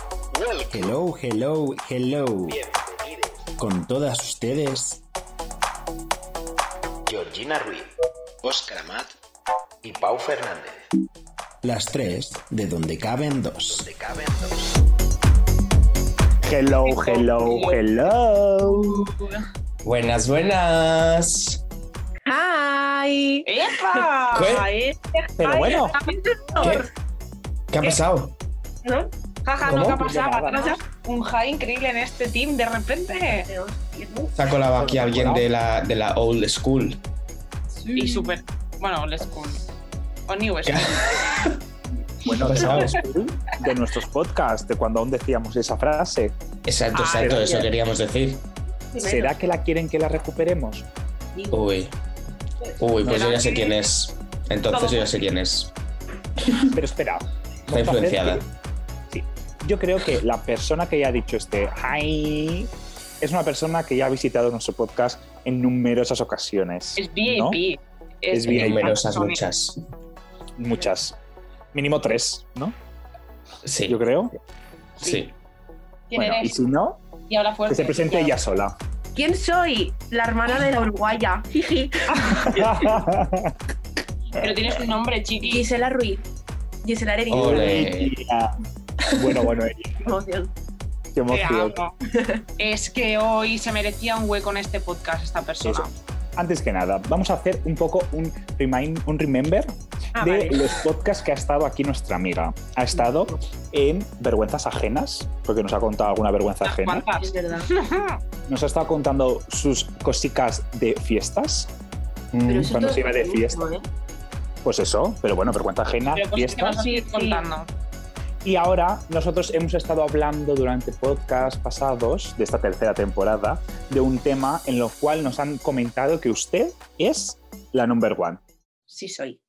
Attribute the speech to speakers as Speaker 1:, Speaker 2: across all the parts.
Speaker 1: Welcome.
Speaker 2: Hello, hello, hello.
Speaker 1: Bienvenidos.
Speaker 2: Con todas ustedes,
Speaker 1: Georgina Ruiz, Óscar Amat y Pau Fernández.
Speaker 2: las tres de donde caben dos.
Speaker 1: Te caben dos.
Speaker 2: Hello, hello, hello.
Speaker 3: Buenas, buenas.
Speaker 4: ¡Ay!
Speaker 5: ¡Epa!
Speaker 3: ¿Qué?
Speaker 5: Eh,
Speaker 3: Pero
Speaker 5: ay,
Speaker 3: bueno,
Speaker 5: está-
Speaker 3: ¿qué, qué ha pasado?
Speaker 5: ¿No? Jaja,
Speaker 3: ¿Cómo?
Speaker 5: nunca
Speaker 6: Pues
Speaker 5: pasaba. Atrás un high increíble en este team de repente.
Speaker 3: Se ha colado aquí alguien de la, de la old school.
Speaker 5: Y súper. Bueno, old school. O new
Speaker 3: ¿Qué?
Speaker 5: school.
Speaker 3: ¿Qué
Speaker 6: Bueno,
Speaker 3: ha
Speaker 6: de,
Speaker 3: pasado?
Speaker 6: de nuestros podcasts, de cuando aún decíamos esa frase.
Speaker 3: Exacto,
Speaker 5: Ah,
Speaker 3: exacto,
Speaker 6: pero
Speaker 3: eso
Speaker 6: bien.
Speaker 3: queríamos decir.
Speaker 6: ¿Será que la quieren que la recuperemos?
Speaker 3: Uy. Uy, pues
Speaker 5: Pero
Speaker 3: yo ya sé
Speaker 5: que-
Speaker 3: quién es. Entonces
Speaker 5: Todo
Speaker 3: yo ya sé quién es.
Speaker 6: Pero espera.
Speaker 3: Está influenciada.
Speaker 6: Sí. Yo creo que la persona que ya ha dicho este hi es una persona que ya ha visitado nuestro podcast en numerosas ocasiones.
Speaker 5: Es
Speaker 6: ¿no?
Speaker 5: VIP.
Speaker 6: Es
Speaker 3: En
Speaker 6: VIP.
Speaker 3: numerosas muchas.
Speaker 6: Muchas. Mínimo tres, ¿no?
Speaker 3: Sí,
Speaker 6: Yo creo.
Speaker 3: sí.
Speaker 5: ¿Quién
Speaker 6: Bueno, y
Speaker 5: eres?
Speaker 6: si no,
Speaker 5: Y habla fuerte.
Speaker 6: que se presente ella sola.
Speaker 4: ¿Quién soy? La hermana de la uruguaya. Jiji.
Speaker 5: Pero tienes un nombre, chiqui.
Speaker 4: Gisela Ruiz. Gisela Heredia. Oh,
Speaker 3: Ole.
Speaker 6: bueno, bueno, Eri,
Speaker 4: Emoción.
Speaker 6: qué
Speaker 5: Te
Speaker 6: emoción.
Speaker 5: amo. Es que hoy se merecía un hueco en este podcast esta persona.
Speaker 6: Antes que nada, vamos a hacer un poco un, remind- un remember
Speaker 5: Ah,
Speaker 6: de
Speaker 5: vale.
Speaker 6: los podcasts que ha estado aquí nuestra amiga. Ha estado en Vergüenzas Ajenas, porque nos ha contado alguna vergüenza
Speaker 5: Unas
Speaker 6: ajena. Ah,
Speaker 4: Es
Speaker 5: cuantas.
Speaker 4: verdad.
Speaker 6: Nos ha estado contando sus cositas de fiestas.
Speaker 4: Pero
Speaker 3: Mm,
Speaker 4: eso
Speaker 6: Cuando
Speaker 4: todo
Speaker 6: se iba de
Speaker 4: es lo mismo, ¿eh?
Speaker 6: Pues eso, pero bueno, vergüenza ajena,
Speaker 5: Pero cosas que
Speaker 6: fiestas.
Speaker 5: vas a seguir
Speaker 4: Sí, sí.
Speaker 5: contando.
Speaker 6: Y ahora nosotros hemos estado hablando durante podcasts pasados de esta tercera temporada de un tema en lo cual nos han comentado que usted es la number one.
Speaker 4: Sí, soy.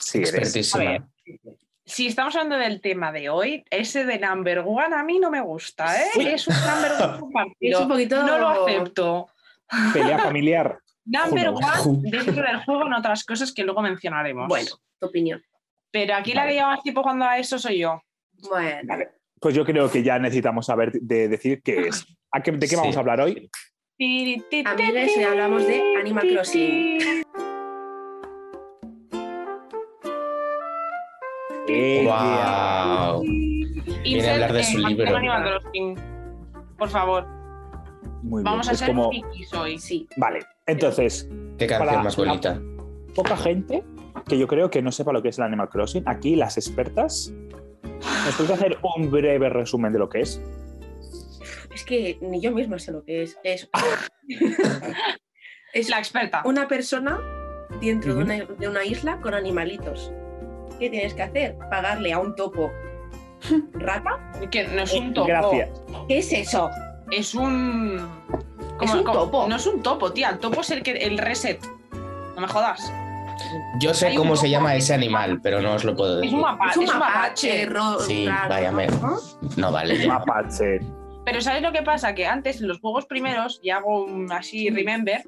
Speaker 6: Sí, eres.
Speaker 5: A ver.
Speaker 3: Expertísima.
Speaker 5: Si estamos hablando del tema de hoy, ese de number one a mí no me gusta, ¿eh? Es un number one
Speaker 4: Es
Speaker 5: compartido.
Speaker 4: un poquito.
Speaker 5: No lo acepto.
Speaker 6: Pelea familiar.
Speaker 5: Number
Speaker 6: Joder.
Speaker 5: one dentro del juego en otras cosas que luego mencionaremos.
Speaker 4: Bueno, tu opinión.
Speaker 5: Pero aquí la que lleva más tiempo jugando a eso soy yo.
Speaker 4: Bueno.
Speaker 6: Pues yo creo que ya necesitamos saber de decir qué es. ¿A qué- ¿De qué
Speaker 3: Sí.
Speaker 6: vamos a hablar hoy?
Speaker 4: Amigas, y hablamos de Animal Crossing.
Speaker 6: Eh,
Speaker 3: Wow. Viene a hablar de
Speaker 5: Insert,
Speaker 3: su
Speaker 5: eh,
Speaker 3: libro.
Speaker 5: Animal Crossing. Por favor,
Speaker 6: Muy bien.
Speaker 5: vamos a
Speaker 6: es
Speaker 5: ser
Speaker 6: como,
Speaker 5: frikis hoy.
Speaker 4: Sí.
Speaker 6: vale, entonces,
Speaker 3: Qué canción
Speaker 6: Para-
Speaker 3: más bonita.
Speaker 6: poca gente que yo creo que no sepa lo que es el Animal Crossing. Aquí las expertas nos pueden hacer un breve resumen de lo que es.
Speaker 4: Es que ni yo misma sé lo que es. Es, es
Speaker 5: La experta.
Speaker 4: una persona dentro
Speaker 6: Ujú.
Speaker 4: de, una, de una isla con animalitos. ¿Qué tienes que hacer? Pagarle a un topo rata.
Speaker 5: Que no es un topo.
Speaker 6: Gracias.
Speaker 4: ¿Qué es eso?
Speaker 5: Es un.
Speaker 4: Es un topo.
Speaker 5: No es un topo, tía. El topo es el que el reset. No me jodas.
Speaker 3: Yo
Speaker 5: Hay
Speaker 3: sé
Speaker 5: un
Speaker 3: cómo se
Speaker 5: poco-
Speaker 3: llama ese animal, pero no os lo puedo
Speaker 5: Es
Speaker 3: decir.
Speaker 5: un, mapa,
Speaker 4: Ah, es un
Speaker 5: mapache.
Speaker 4: mapache. ro-
Speaker 3: Sí,
Speaker 4: raro,
Speaker 3: vaya mer-
Speaker 4: ¿no?
Speaker 3: No vale. ya.
Speaker 6: Mapache.
Speaker 5: Pero ¿sabes lo que pasa? Que antes, en los juegos primeros, y hago un así remember,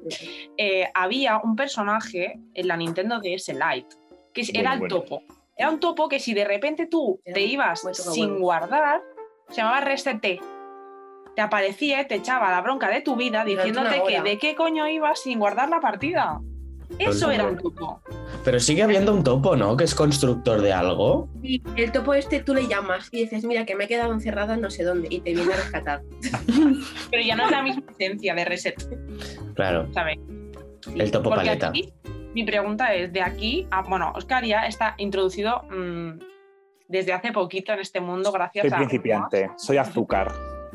Speaker 5: eh, había un personaje en la Nintendo DS Lite, que
Speaker 6: Bueno,
Speaker 5: era el
Speaker 6: bueno.
Speaker 5: topo. Era un topo que si de repente tú
Speaker 4: Era
Speaker 5: te
Speaker 4: un
Speaker 5: ibas
Speaker 4: buen tocahuevos.
Speaker 5: sin guardar, se llamaba Resete. Te aparecía y te echaba la bronca de tu vida
Speaker 4: Durante
Speaker 5: diciéndote
Speaker 4: una
Speaker 5: que
Speaker 4: hora.
Speaker 5: de qué coño ibas sin guardar la partida. Eso
Speaker 3: Durante
Speaker 5: era
Speaker 3: una
Speaker 5: un topo.
Speaker 3: Pero sigue habiendo un topo, ¿no? Que es constructor de algo.
Speaker 4: Y el topo este tú le llamas y dices, mira, que me he quedado encerrada en no sé dónde y te viene a rescatar.
Speaker 5: Pero ya no es la misma esencia de Reset,
Speaker 3: Claro,
Speaker 5: ¿sabes?
Speaker 3: el topo
Speaker 5: Porque
Speaker 3: paleta.
Speaker 5: aquí, mi pregunta es, de aquí a, bueno, Oscar ya está introducido mm, desde hace poquito en este mundo gracias
Speaker 6: Soy
Speaker 5: a...
Speaker 6: principiante. Soy azúcar.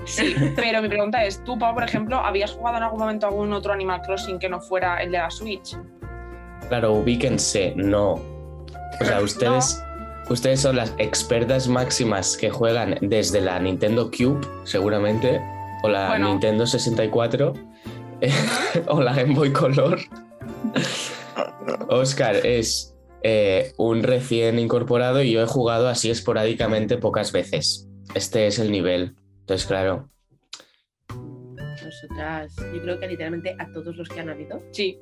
Speaker 5: Sí, pero mi pregunta es, tú, Pau, por ejemplo, ¿habías jugado en algún momento algún otro Animal Crossing que no fuera el de la Switch?
Speaker 3: Claro, ubíquense, no. O sea, ustedes, ustedes son las expertas máximas que juegan desde la Nintendo Cube, seguramente, o la
Speaker 5: Bueno.
Speaker 3: Nintendo 64, o la Game Boy Color. Oscar es eh, un recién incorporado y yo he jugado así esporádicamente pocas veces. Este es el nivel. Entonces, claro,
Speaker 4: Nosotras, yo creo que literalmente a todos los que han habido,
Speaker 5: Sí,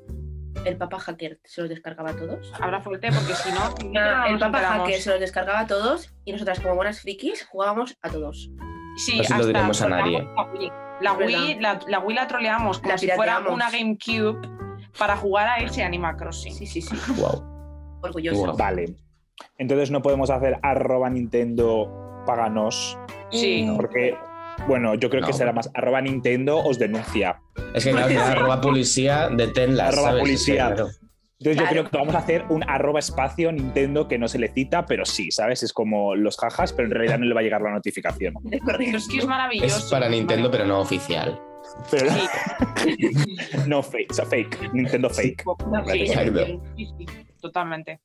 Speaker 4: el Papa Hacker se los descargaba a todos.
Speaker 5: habla fuerte porque si no... no
Speaker 4: el
Speaker 5: Ah, nos
Speaker 4: Papa
Speaker 5: enteramos.
Speaker 4: Hacker se los descargaba a todos y nosotras como buenas frikis jugábamos a todos.
Speaker 5: Sí,
Speaker 3: No se lo
Speaker 5: hasta
Speaker 3: diremos a
Speaker 5: troleamos
Speaker 3: nadie.
Speaker 5: La Wii la,
Speaker 4: Es verdad.
Speaker 5: Wii, la, la Wii la troleamos como
Speaker 4: La
Speaker 5: si fuera
Speaker 4: pirateamos.
Speaker 5: una GameCube para jugar a ese Animal Crossing.
Speaker 4: Sí, sí, sí.
Speaker 3: Wow.
Speaker 4: Orgulloso.
Speaker 3: Guau.
Speaker 6: Vale. Entonces no podemos hacer arroba Nintendo páganos.
Speaker 5: Sí.
Speaker 6: Porque, bueno, yo creo
Speaker 3: No.
Speaker 6: que será más arroba Nintendo os denuncia.
Speaker 3: Es que claro, la arroba policía, deténla,
Speaker 6: Arroba
Speaker 3: ¿sabes?
Speaker 6: policía.
Speaker 3: Es que, claro.
Speaker 6: Entonces yo
Speaker 4: Claro.
Speaker 6: creo que vamos a hacer un arroba espacio Nintendo que no se le cita, pero sí, ¿sabes? Es como los jajas, pero en realidad no le va a llegar la notificación.
Speaker 5: Pero es que es maravilloso.
Speaker 3: Es para Nintendo,
Speaker 5: Vale.
Speaker 3: pero no oficial.
Speaker 6: Pero no fake, o sea, fake, Nintendo fake.
Speaker 5: Sí,
Speaker 3: Exacto.
Speaker 5: sí, sí, totalmente.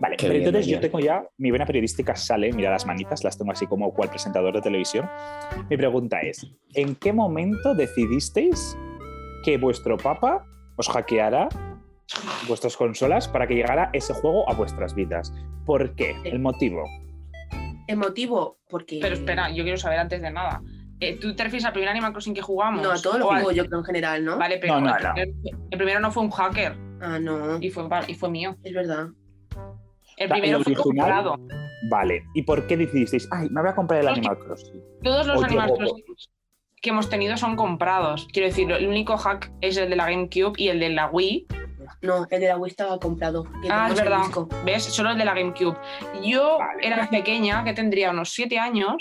Speaker 6: Vale,
Speaker 3: Qué
Speaker 6: pero
Speaker 3: bien,
Speaker 6: entonces
Speaker 3: qué
Speaker 6: yo
Speaker 3: bien.
Speaker 6: tengo ya, mi vena periodística sale, mira las manitas, las tengo así como cual presentador de televisión. Mi pregunta es, ¿en qué momento decidisteis que vuestro papa os hackeara vuestras consolas para que llegara ese juego a vuestras vidas? ¿Por qué? ¿El motivo?
Speaker 4: Emotivo, porque.
Speaker 5: Pero espera, yo quiero saber antes de nada. Eh, ¿Tú te refieres al primer Animal Crossing que jugamos?
Speaker 4: No, a todos
Speaker 5: O
Speaker 4: los
Speaker 5: al-
Speaker 4: digo yo creo en general, ¿no?
Speaker 5: Vale, pero
Speaker 6: No, no,
Speaker 5: el,
Speaker 6: no.
Speaker 5: Primero, el primero no fue un hacker
Speaker 4: Ah, no.
Speaker 5: y fue, y fue mío.
Speaker 4: Es verdad.
Speaker 5: El
Speaker 6: Da, el
Speaker 5: primero fue
Speaker 6: original.
Speaker 5: comprado.
Speaker 6: Vale, ¿y por qué decidisteis, ay, me voy a comprar el
Speaker 5: Porque-
Speaker 6: Animal Crossing?
Speaker 5: Todos los
Speaker 6: Oye,
Speaker 5: Animal
Speaker 6: ojo.
Speaker 5: Crossing que hemos tenido son comprados. Quiero decir, el único hack es el de la GameCube y el de la Wii.
Speaker 4: No, el de la Wii estaba comprado. que
Speaker 5: Ah,
Speaker 4: tengo
Speaker 5: es
Speaker 4: el
Speaker 5: verdad.
Speaker 4: disco.
Speaker 5: ¿Ves? Solo el de la GameCube. Yo
Speaker 6: Vale.
Speaker 5: era pequeña, que tendría unos 7 años,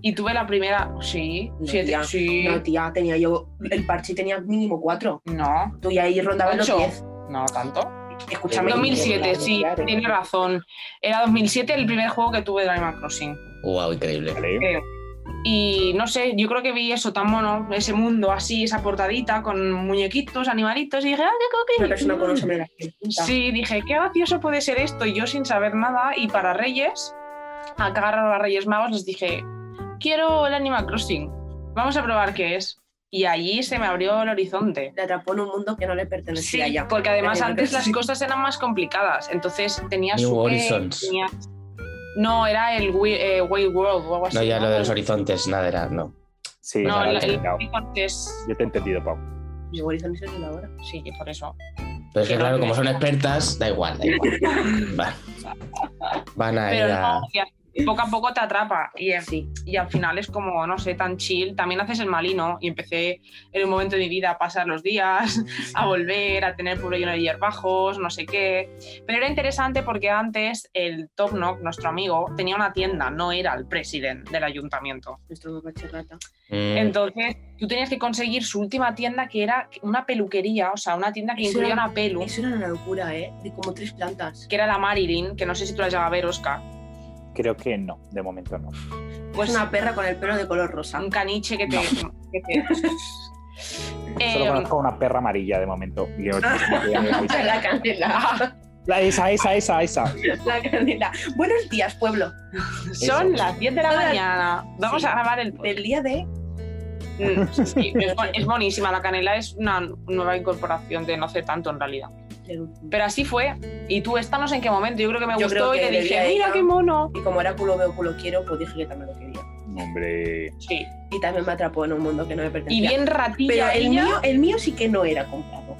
Speaker 5: y tuve la primera. Sí,
Speaker 4: No,
Speaker 5: 7.
Speaker 4: tía.
Speaker 5: Sí.
Speaker 4: No, tía, tenía yo. El parche tenía mínimo cuatro.
Speaker 5: No,
Speaker 4: Tú y ahí rondabas los
Speaker 5: Ocho.
Speaker 4: 10.
Speaker 5: no tanto.
Speaker 4: Escúchame.
Speaker 5: 2007, sí, tiene razón. Era 2007 el primer juego que tuve de Animal Crossing.
Speaker 3: Wow, increíble.
Speaker 5: Eh,
Speaker 6: Vale,
Speaker 5: Y no sé, yo creo que vi eso tan mono, ese mundo así, esa portadita con muñequitos, animalitos, y dije, ¡ah, qué
Speaker 4: Una
Speaker 5: coquí!
Speaker 4: persona con un sombrero. Sí.
Speaker 5: Sí, dije, qué gracioso puede ser esto. Y yo sin saber nada, y para Reyes, a cagar a los Reyes Magos, les dije, quiero el Animal Crossing. Vamos a probar qué es. Y allí se me abrió el horizonte.
Speaker 4: Le atrapó en un mundo que no le
Speaker 5: Sí,
Speaker 4: pertenecía ya.
Speaker 5: porque además
Speaker 4: Animal
Speaker 5: antes las
Speaker 4: Crossing.
Speaker 5: cosas eran más complicadas. Entonces tenías
Speaker 3: New
Speaker 5: su game,
Speaker 3: Horizons.
Speaker 5: tenías- No, era el Way, eh, Way World o algo así.
Speaker 3: No, ya
Speaker 5: ¿no?
Speaker 3: lo de los horizontes, nada era, no.
Speaker 6: sí,
Speaker 5: No,
Speaker 6: nada,
Speaker 5: el,
Speaker 6: te he
Speaker 5: el
Speaker 6: enterado.
Speaker 5: Horizon es-
Speaker 6: yo te he entendido, Pau.
Speaker 4: Mi abuelita me hizo de la hora.
Speaker 5: Sí, y por eso.
Speaker 3: Pero es que
Speaker 5: Qué
Speaker 3: claro,
Speaker 5: grande.
Speaker 3: como son expertas, da igual, da igual. Va. Van a ir
Speaker 5: Pero
Speaker 3: a...
Speaker 5: no, y a- poco a poco te atrapa. Y, es-
Speaker 4: Sí.
Speaker 5: y al final es como, no sé, tan chill. También haces el malino. Y empecé en un momento de mi vida a pasar los días, a volver, a tener pueblo lleno de hierbajos, no sé qué. Pero era interesante porque antes el Top Knock, nuestro amigo, tenía una tienda, no era el presidente del ayuntamiento.
Speaker 4: Nuestro bachillerato.
Speaker 3: Mm,
Speaker 5: Entonces tú tenías que conseguir su última tienda, que era una peluquería, o sea, una tienda que
Speaker 4: Eso
Speaker 5: incluía
Speaker 4: era-
Speaker 5: una pelu.
Speaker 4: Eso era una locura, ¿eh? De como tres plantas.
Speaker 5: que era la Marilyn, que no sé si tú la llegas a ver, Oscar.
Speaker 6: Creo que no, de momento no.
Speaker 5: Pues
Speaker 4: es una perra con el pelo de color rosa.
Speaker 5: un caniche que te. que te-
Speaker 6: Solo
Speaker 5: Eh,
Speaker 6: conozco a una perra amarilla de momento. Y yo-
Speaker 4: la canela.
Speaker 6: La- esa, esa, esa, esa.
Speaker 4: La canela. Buenos días, pueblo.
Speaker 5: son
Speaker 6: Eso.
Speaker 5: las 10 de la
Speaker 4: Hola.
Speaker 5: mañana. Vamos
Speaker 4: Sí. Pues
Speaker 5: a grabar el.
Speaker 4: Del día de.
Speaker 5: Mm, sí, es, bu- es buenísima. La canela es una nueva incorporación de no hace tanto en realidad.
Speaker 4: del-
Speaker 5: Pero así fue. Y tú, esta no sé en qué momento. Yo creo que me
Speaker 4: Yo
Speaker 5: gustó
Speaker 4: creo que
Speaker 5: y te
Speaker 4: le vi a
Speaker 5: dije,
Speaker 4: ella".
Speaker 5: mira qué mono.
Speaker 4: Y como era culo veo, culo quiero, pues dije que también lo quería.
Speaker 6: Hombre.
Speaker 5: Sí.
Speaker 4: Y también me atrapó en un mundo que no me
Speaker 5: Y
Speaker 4: pertenecía.
Speaker 5: bien ratilla
Speaker 4: Pero el
Speaker 5: ella.
Speaker 4: mío, el mío sí que no era comprado.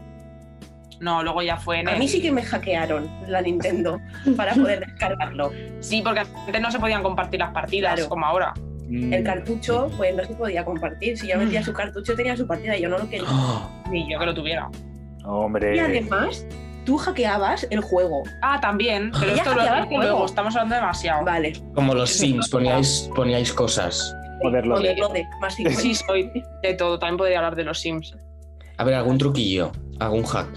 Speaker 5: No, luego ya fue en
Speaker 4: A
Speaker 5: el-
Speaker 4: mí sí que me hackearon la Nintendo para poder descargarlo.
Speaker 5: Sí, porque antes no se podían compartir las partidas
Speaker 4: Claro.
Speaker 5: como ahora.
Speaker 6: Mm,
Speaker 4: El cartucho, pues no se podía compartir. Si yo metía su cartucho, tenía su partida y yo no lo quería.
Speaker 3: ¡Oh!
Speaker 5: Ni yo que lo tuviera.
Speaker 4: Y
Speaker 6: Hombre.
Speaker 4: además, tú hackeabas el juego.
Speaker 5: Ah, también. Pero
Speaker 4: Ella
Speaker 5: esto lo
Speaker 4: hackeaba
Speaker 5: digo
Speaker 4: el juego.
Speaker 5: luego. Estamos hablando demasiado.
Speaker 4: Vale.
Speaker 3: Como los Sims, poníais, poníais cosas.
Speaker 6: Poderlo
Speaker 4: Con
Speaker 5: de-
Speaker 4: el lote, más cinco.
Speaker 5: Sí, soy de todo. También podría hablar de los Sims.
Speaker 3: A ver, algún truquillo, algún hack.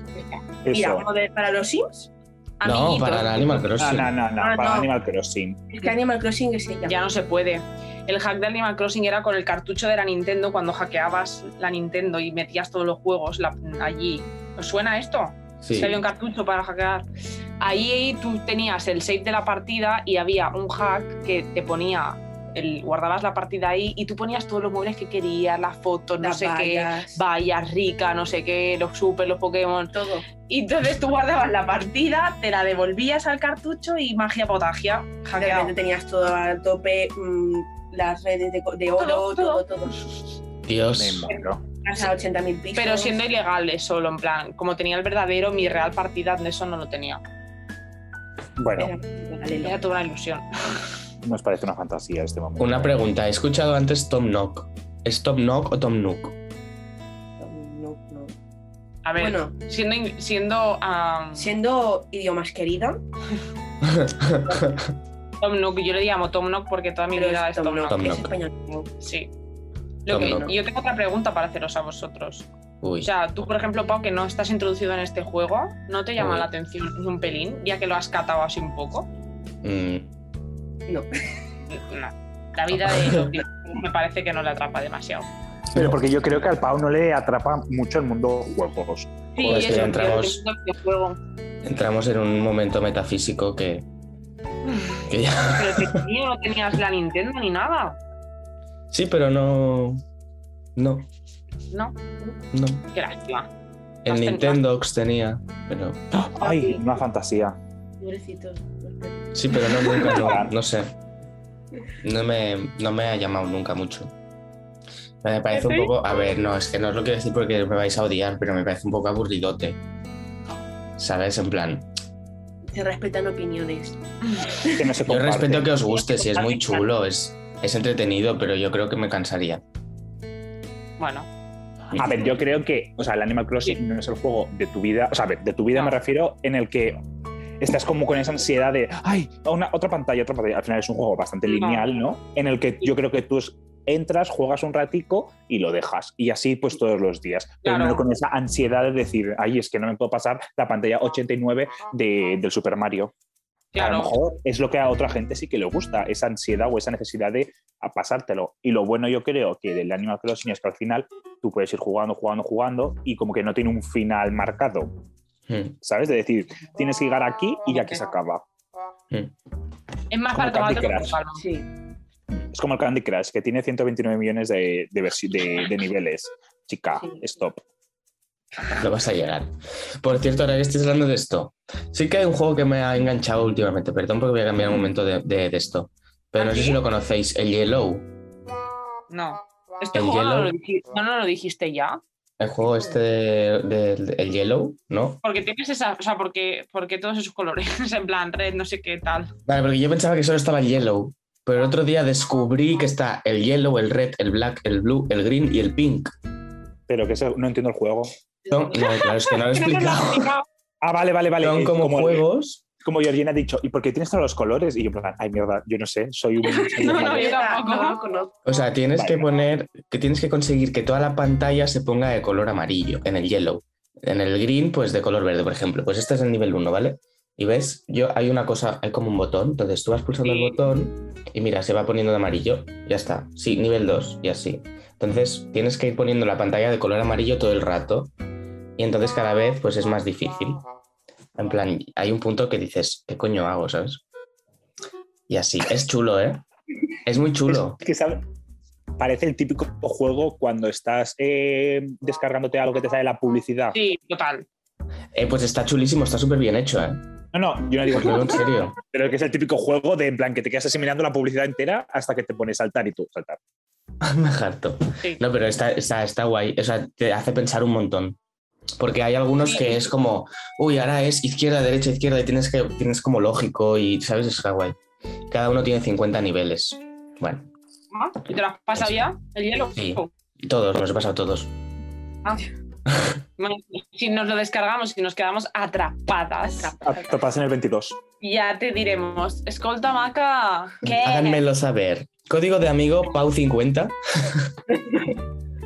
Speaker 4: Mira,
Speaker 6: Eso.
Speaker 4: uno de- para los Sims,
Speaker 5: Amiguitos.
Speaker 3: No, para el Animal
Speaker 6: No,
Speaker 3: Crossing.
Speaker 6: no, no, no,
Speaker 4: Ah,
Speaker 6: para
Speaker 4: no.
Speaker 6: Animal Crossing.
Speaker 4: es que Animal Crossing es ella.
Speaker 5: Ya no se puede. El hack de Animal Crossing era con el cartucho de la Nintendo cuando hackeabas la Nintendo y metías todos los juegos la- allí. ¿Os suena esto?
Speaker 3: Sí.
Speaker 5: Que había un cartucho para hackear. Ahí tú tenías el save de la partida y había un hack que te ponía, el, guardabas la partida ahí y tú ponías todos los muebles que querías, las fotos, no
Speaker 4: Las
Speaker 5: sé qué,
Speaker 4: vallas,
Speaker 5: vallas rica, no sé qué, los super, los Pokémon.
Speaker 4: todo.
Speaker 5: Y entonces tú guardabas la partida, te la devolvías al cartucho y magia potagia.
Speaker 4: De
Speaker 5: Hackeado.
Speaker 4: repente tenías todo al tope, mm, las redes de, co- de oro,
Speaker 5: Todo,
Speaker 4: todo,
Speaker 5: todo.
Speaker 4: todo.
Speaker 6: Me
Speaker 3: Dios.
Speaker 6: muero.
Speaker 4: Hasta 80.000 pisos.
Speaker 5: Pero siendo ilegales solo, en plan, como tenía el verdadero, mi real partida de eso no lo tenía.
Speaker 6: Bueno,
Speaker 4: Era- vale,
Speaker 5: Era toda una ilusión.
Speaker 6: nos parece una fantasía este momento.
Speaker 3: Una pregunta, he escuchado antes Tom Nook. ¿Es Tom Nook o Tom Nook?
Speaker 4: No, no.
Speaker 5: A ver,
Speaker 4: Bueno,
Speaker 5: siendo. in- siendo ah,
Speaker 4: siendo idiomas querida,
Speaker 5: Tom Nook, yo le llamo Tom Nook porque toda mi
Speaker 4: pero
Speaker 5: vida
Speaker 4: es Tom Nook,
Speaker 3: Tom
Speaker 4: es
Speaker 3: Nook.
Speaker 4: español.
Speaker 5: Sí. Lo
Speaker 3: Tom
Speaker 5: que-
Speaker 3: Nook.
Speaker 5: Yo tengo otra pregunta para haceros a vosotros.
Speaker 3: Uy.
Speaker 5: O sea, tú, por ejemplo, Pau, que no estás introducido en este juego, ¿no te llama
Speaker 3: Uy.
Speaker 5: la atención ni un pelín, ya que lo has catado así un poco?
Speaker 3: Mm,
Speaker 5: No. La
Speaker 3: Ah.
Speaker 5: vida de los dinosaurios me parece que no le atrapa demasiado.
Speaker 6: Pero porque yo creo que al Pau no le atrapa mucho el mundo juegos.
Speaker 5: Sí,
Speaker 3: Joder, es
Speaker 5: eso,
Speaker 3: que
Speaker 5: tío,
Speaker 3: Pues entramos-
Speaker 5: el mundo del juego.
Speaker 3: entramos en un momento metafísico que, que ya...
Speaker 5: Pero que tío, no tenías la Nintendo ni nada.
Speaker 3: Sí, pero no... No,
Speaker 5: No,
Speaker 3: no.
Speaker 5: qué lástima.
Speaker 3: El
Speaker 5: Has ten-
Speaker 3: Nintendox tenía, pero...
Speaker 6: Ay, una fantasía.
Speaker 4: Pobrecitos.
Speaker 3: Sí, pero no nunca, no, no sé. No me, no me ha llamado nunca mucho. Me parece un poco. A ver, no, es que no os lo quiero decir porque me vais a odiar, pero me parece un poco aburridote. ¿Sabes? En plan.
Speaker 4: Se respetan opiniones.
Speaker 6: Que no se
Speaker 3: Yo
Speaker 6: comparte.
Speaker 3: respeto que os guste, si es muy chulo, es, es entretenido, pero yo creo que me cansaría.
Speaker 5: Bueno,
Speaker 6: A ver, yo creo que, o sea, el Animal Crossing no es el juego de tu vida, o sea, a ver, de tu vida
Speaker 5: No.
Speaker 6: me refiero en el que estás como con esa ansiedad de, ay, una, otra pantalla, otra pantalla. Al final es un juego bastante
Speaker 5: No.
Speaker 6: lineal, ¿no? En el que yo creo que tú es- entras, juegas un ratico y lo dejas. Y así pues todos los días. Pero
Speaker 5: Claro.
Speaker 6: no con esa ansiedad de decir, ay, es que no me puedo pasar la
Speaker 5: Ah.
Speaker 6: pantalla 89 de- del Super Mario. Que A lo
Speaker 5: claro.
Speaker 6: mejor es lo que a otra gente sí que le gusta, esa ansiedad o esa necesidad de a- pasártelo. Y lo bueno yo creo que del Animal Crossing es que al final tú puedes ir jugando, jugando, jugando y como que no tiene un final marcado,
Speaker 3: Mm,
Speaker 6: ¿sabes? De decir, tienes que llegar aquí y ya que se acaba.
Speaker 3: mm.
Speaker 5: Es más
Speaker 6: como
Speaker 5: para
Speaker 6: Candy
Speaker 5: tomártelo con
Speaker 6: Crush.
Speaker 5: calma.
Speaker 4: Sí.
Speaker 6: Es como el Candy Crush, que tiene 129 millones de, de versi- de- de niveles. Chica,
Speaker 4: Sí.
Speaker 6: stop.
Speaker 3: Lo vas a llegar. Por cierto, ahora que estés hablando de esto, sí que hay un juego que me ha enganchado últimamente. Perdón porque voy a cambiar un momento de, de- de esto. Pero no
Speaker 5: ¿Ah,
Speaker 3: sé
Speaker 5: sí?
Speaker 3: si lo conocéis, el Yellow.
Speaker 5: No. Este
Speaker 3: El
Speaker 5: juego no
Speaker 3: Yellow.
Speaker 5: lo, dij- no, no lo dijiste ya.
Speaker 3: El juego este de- del el Yellow, ¿no?
Speaker 5: Porque tienes esa. O sea, porque, porque todos esos colores, en plan red, no sé qué tal.
Speaker 3: Vale, porque yo pensaba que solo estaba el Yellow. Pero el otro día descubrí que está el Yellow, el Red, el Black, el Blue, el Green y el Pink.
Speaker 6: Pero que eso- no entiendo el juego.
Speaker 3: Son- no, claro, es que no lo he
Speaker 5: Que no te lo has
Speaker 3: explicado.
Speaker 5: explicado.
Speaker 6: Ah, vale, vale, vale.
Speaker 3: Son
Speaker 6: Eh,
Speaker 3: como
Speaker 6: el-
Speaker 3: juegos.
Speaker 6: Como Georgina ha dicho, ¿y por qué tienes todos los colores? Y yo, en plan, ay, mierda, yo no sé, soy un... soy un
Speaker 5: No,
Speaker 6: malo".
Speaker 5: no, yo tampoco.
Speaker 4: No lo conozco.
Speaker 3: O sea, tienes
Speaker 6: Vale.
Speaker 3: que poner, que tienes que conseguir que toda la pantalla se ponga de color amarillo, en el yellow. En el green, pues de color verde, por ejemplo. Pues este es el nivel 1, ¿vale? Y ves, yo hay una cosa, hay como un botón, entonces tú vas pulsando
Speaker 5: Sí.
Speaker 3: el botón y mira, se va poniendo de amarillo, ya está. Sí, nivel 2 y así. Entonces tienes que ir poniendo la pantalla de color amarillo todo el rato y entonces cada vez pues es más difícil. En plan, hay un punto que dices, ¿qué coño hago, sabes? Y así, es chulo, ¿eh? Es muy chulo.
Speaker 6: Es que sabe- parece el típico juego cuando estás eh, descargándote algo que te sale la publicidad.
Speaker 5: Sí, total.
Speaker 3: Eh, pues está chulísimo, está súper bien hecho, ¿eh?
Speaker 6: No, no, yo no digo
Speaker 3: Os lo digo
Speaker 6: juego,
Speaker 3: en serio.
Speaker 6: pero que es el típico juego de en plan que te quedas asimilando la publicidad entera hasta que te pones saltar y tú saltar.
Speaker 3: Me harto.
Speaker 5: Sí.
Speaker 3: No, pero está, está, está guay. O sea, te hace pensar un montón. Porque hay algunos
Speaker 5: Sí.
Speaker 3: que es como, uy, ahora es izquierda, derecha, izquierda, y tienes, que, tienes como lógico y, ¿sabes? Está guay. Cada uno tiene 50 niveles. Bueno,
Speaker 5: Ah, ¿Y te lo has pasado ya? ¿El hielo?
Speaker 3: Sí. y todos, me los he pasado todos.
Speaker 5: Bueno, Si nos lo descargamos y nos quedamos atrapadas,
Speaker 6: Atrapas en el 22.
Speaker 5: ya te diremos, escolta maca, ¿qué?
Speaker 3: Háganmelo saber. Código de amigo PAU50.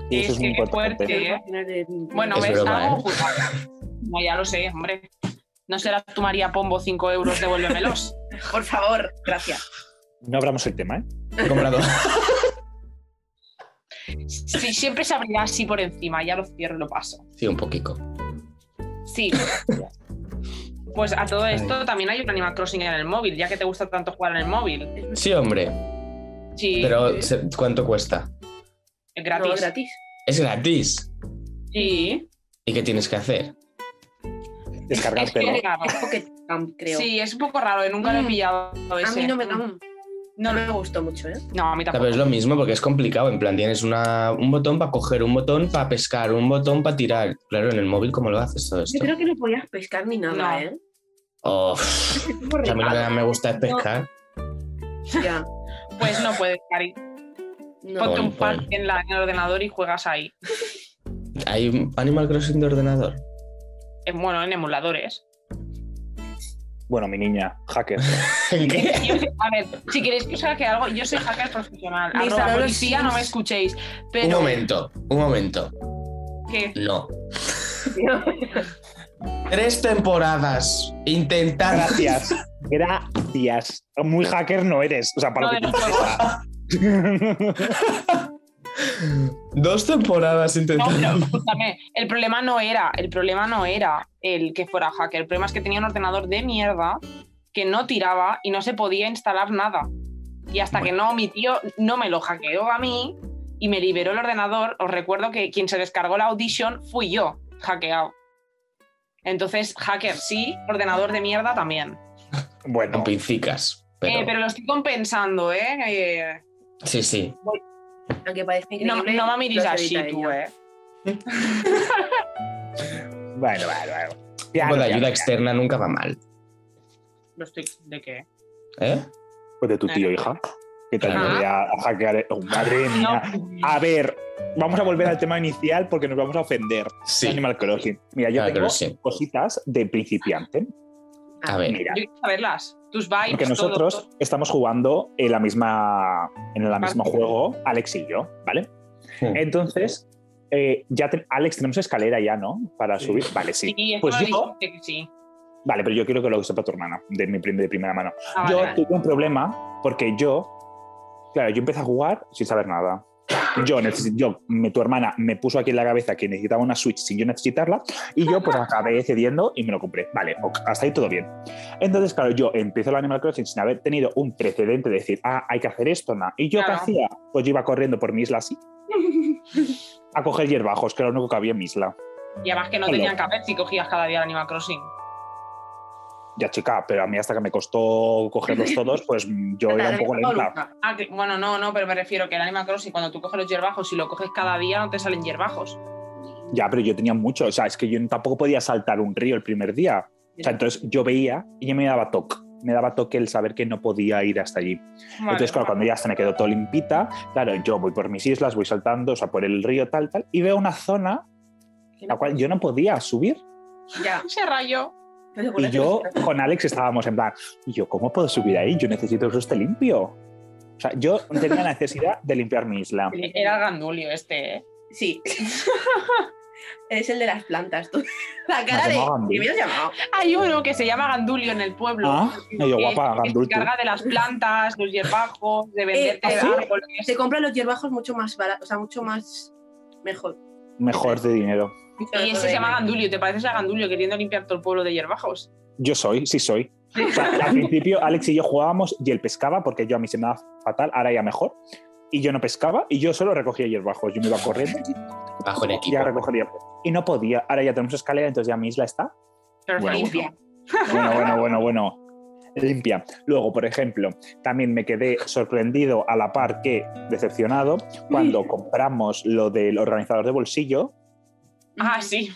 Speaker 6: Y
Speaker 5: Sí,
Speaker 6: eso es muy
Speaker 5: que qué
Speaker 6: importante.
Speaker 5: fuerte. Bueno,
Speaker 3: Es
Speaker 5: ves,
Speaker 3: broma,
Speaker 5: algo
Speaker 3: ¿eh?
Speaker 5: jugado. No, ya lo sé, hombre. No será tu María Pombo 5 euros, devuélvemelos.
Speaker 4: Por favor, gracias.
Speaker 6: No abramos el tema, ¿eh?
Speaker 3: He comprado.
Speaker 5: Sí, siempre se abrirá así por encima, ya lo cierro y lo paso.
Speaker 3: Sí, un poquito.
Speaker 5: Sí. Pues a todo esto también hay un Animal Crossing en el móvil, ya que te gusta tanto jugar en el móvil.
Speaker 3: Sí, hombre.
Speaker 5: Sí,
Speaker 3: Pero, se- ¿cuánto cuesta?
Speaker 5: es
Speaker 4: Gratis.
Speaker 5: gratis.
Speaker 4: gratis.
Speaker 3: Es gratis.
Speaker 5: Sí.
Speaker 3: ¿Y qué tienes que hacer?
Speaker 5: Es que
Speaker 6: Descargártelo.
Speaker 5: es raro.
Speaker 4: Pocket Camp, creo.
Speaker 5: Sí, es un poco raro, ¿eh? nunca lo he
Speaker 4: Mm.
Speaker 5: pillado.
Speaker 4: a
Speaker 5: ese.
Speaker 4: mí no me,
Speaker 5: Mm.
Speaker 4: no me gustó mucho, ¿eh?
Speaker 5: No, a mí
Speaker 3: Pero
Speaker 5: tampoco.
Speaker 3: es lo mismo porque es complicado. En plan, tienes una, un botón para coger, un botón para pescar, un botón para tirar. Claro, en el móvil, ¿cómo lo haces todo esto?
Speaker 4: Yo creo que no podías pescar ni nada,
Speaker 5: No.
Speaker 4: ¿eh?
Speaker 3: Oh, pff,
Speaker 4: Es como
Speaker 3: a mí lo que
Speaker 4: regalo.
Speaker 3: más me gusta es pescar.
Speaker 4: Ya.
Speaker 5: Pues no puedes, Cari.
Speaker 4: No.
Speaker 5: Ponte un
Speaker 3: Pon,
Speaker 5: pack
Speaker 3: pon.
Speaker 5: en, la- en el ordenador y juegas ahí.
Speaker 3: ¿Hay un Animal Crossing de ordenador?
Speaker 5: En- Eh, bueno, en emuladores.
Speaker 6: Bueno, mi niña, hacker.
Speaker 3: ¿En qué?
Speaker 5: A ver, si queréis que os haga algo, yo soy hacker profesional. Abro
Speaker 4: Me
Speaker 5: la
Speaker 4: instalo los
Speaker 5: policía, no me
Speaker 4: Sims.
Speaker 5: escuchéis.
Speaker 3: Un
Speaker 5: Pero
Speaker 3: momento, un momento.
Speaker 5: que
Speaker 3: No. Tres temporadas
Speaker 5: Ah,
Speaker 3: intentar.
Speaker 6: Gracias. Gracias. Muy hacker no eres. O sea, para
Speaker 5: lo
Speaker 6: lo
Speaker 5: de
Speaker 6: que
Speaker 5: los juegos.
Speaker 3: Dos temporadas
Speaker 5: No, pero
Speaker 3: intentando.
Speaker 5: escúchame, el problema no era, el problema no era el que fuera hacker. El problema es que tenía un ordenador de mierda que no tiraba y no se podía instalar nada. Y hasta que no, mi tío no me lo hackeó a mí y me liberó el ordenador. Os recuerdo que quien se descargó la audition fui yo, hackeado. Entonces, hacker sí, ordenador de mierda también.
Speaker 6: Bueno,
Speaker 3: Con pincicas.
Speaker 5: Eh,
Speaker 3: Pero...
Speaker 5: Pero, lo estoy compensando, ¿eh? Eh,
Speaker 3: Sí, sí.
Speaker 4: Aunque parece
Speaker 5: no,
Speaker 4: increíble.
Speaker 5: no me miréis
Speaker 4: los
Speaker 5: así,
Speaker 4: evitaría.
Speaker 5: tú, ¿eh?
Speaker 6: bueno, bueno, bueno.
Speaker 3: Un
Speaker 6: Piano,
Speaker 3: poco de
Speaker 6: piano.
Speaker 3: ayuda externa nunca va mal.
Speaker 5: No estoy- ¿De qué?
Speaker 3: ¿Eh?
Speaker 6: Pues de tu tío, hija. Que te
Speaker 3: Claro.
Speaker 6: ayude a, a hackear. Oh, madre mía.
Speaker 5: No.
Speaker 6: A ver, vamos a volver al tema inicial porque nos vamos a ofender.
Speaker 3: Sí.
Speaker 6: Animal Crossing. Mira, yo
Speaker 3: Animal
Speaker 6: tengo
Speaker 3: Crossing.
Speaker 6: cositas de principiante.
Speaker 3: A ver.
Speaker 6: Mira,
Speaker 5: Yo quiero saberlas. Tus vibes.
Speaker 6: porque
Speaker 5: todo,
Speaker 6: nosotros
Speaker 5: todo.
Speaker 6: estamos jugando en la misma en el mismo
Speaker 5: Parte.
Speaker 6: juego, Alex y yo, ¿vale?
Speaker 3: Hmm.
Speaker 6: Entonces, eh, ya te- Alex, tenemos escalera ya, ¿no? Para subir. Vale, sí.
Speaker 5: Sí,
Speaker 6: Pues
Speaker 5: pues
Speaker 6: yo,
Speaker 5: que sí.
Speaker 6: vale, pero yo quiero que lo sepa tu hermana, de, mi prim- de primera mano.
Speaker 5: Ah, vale,
Speaker 6: yo
Speaker 5: vale.
Speaker 6: tuve un problema porque yo, claro, yo empecé a jugar sin saber nada. Yo, necesi- yo me- tu hermana me puso aquí en la cabeza que necesitaba una Switch sin yo necesitarla y yo pues acabé cediendo y me lo compré. Vale, ok, hasta ahí todo bien. Entonces, claro, yo empiezo el Animal Crossing sin haber tenido un precedente de decir, ah, hay que hacer esto, nada. ¿Y yo qué
Speaker 5: Claro.
Speaker 6: hacía? Pues yo iba corriendo por mi isla así a coger hierbajos, que era lo único que había en mi isla.
Speaker 5: Y además que no
Speaker 6: Hola.
Speaker 5: tenían que haber si cogías cada día el Animal Crossing.
Speaker 6: Ya chica, pero a mí hasta que me costó cogerlos todos, pues yo era un poco lenta.
Speaker 5: Ah, que- bueno, no, no, pero me refiero que el Animal Crossing, cuando tú coges los hierbajos, si lo coges cada día, no te salen hierbajos.
Speaker 6: Ya, pero yo tenía mucho. O sea, es que yo tampoco podía saltar un río el primer día. O sea, entonces yo veía y ya me daba toque. Me daba toque el saber que no podía ir hasta allí.
Speaker 5: Vale,
Speaker 6: entonces, claro, cuando ya se me quedó todo limpita, claro, yo voy por mis islas, voy saltando, o sea, por el río tal, tal, y veo una zona a la cual yo no podía subir.
Speaker 4: Ya.
Speaker 5: Se rayó.
Speaker 4: Pero
Speaker 6: Y
Speaker 4: bueno,
Speaker 6: yo con Alex estábamos en plan, ¿y yo cómo puedo subir ahí? Yo necesito que eso esté limpio. O sea, yo tenía la necesidad de limpiar mi isla.
Speaker 5: Era el gandulio este, ¿eh?
Speaker 4: Sí. Eres el de las plantas, tú. La cara
Speaker 6: has
Speaker 4: de.
Speaker 6: llamado Gandhi.
Speaker 4: ¿Qué me has llamado?
Speaker 5: Hay uno que se llama gandulio en el pueblo.
Speaker 6: Ah, y yo,
Speaker 5: que-
Speaker 6: guapa,
Speaker 5: que
Speaker 6: gandul,
Speaker 5: se encarga de las plantas, los hierbajos, de venderte
Speaker 4: ¿ah, sí?
Speaker 5: árboles.
Speaker 4: Se compran los hierbajos mucho más baratos, o sea, mucho más. Mejor.
Speaker 6: mejor de dinero.
Speaker 5: Y ese se llama gandulio. ¿Te pareces a gandulio queriendo limpiar todo el pueblo de hierbajos?
Speaker 6: Yo soy, sí soy. O sea, al principio Alex y yo jugábamos y él pescaba porque yo a mí se me daba fatal, ahora ya mejor. Y yo no pescaba y yo solo recogía hierbajos. Yo me iba corriendo
Speaker 3: Bajo en
Speaker 6: y
Speaker 3: equipo.
Speaker 6: a recoger hierbajos. Y no podía. Ahora ya tenemos escalera, entonces ya mi isla está.
Speaker 5: Pero
Speaker 6: Bueno,
Speaker 5: limpia.
Speaker 6: Bueno, bueno, bueno, bueno. Limpia. Luego, por ejemplo, también me quedé sorprendido a la par que decepcionado cuando compramos lo del organizador de bolsillo.
Speaker 5: Ah, sí.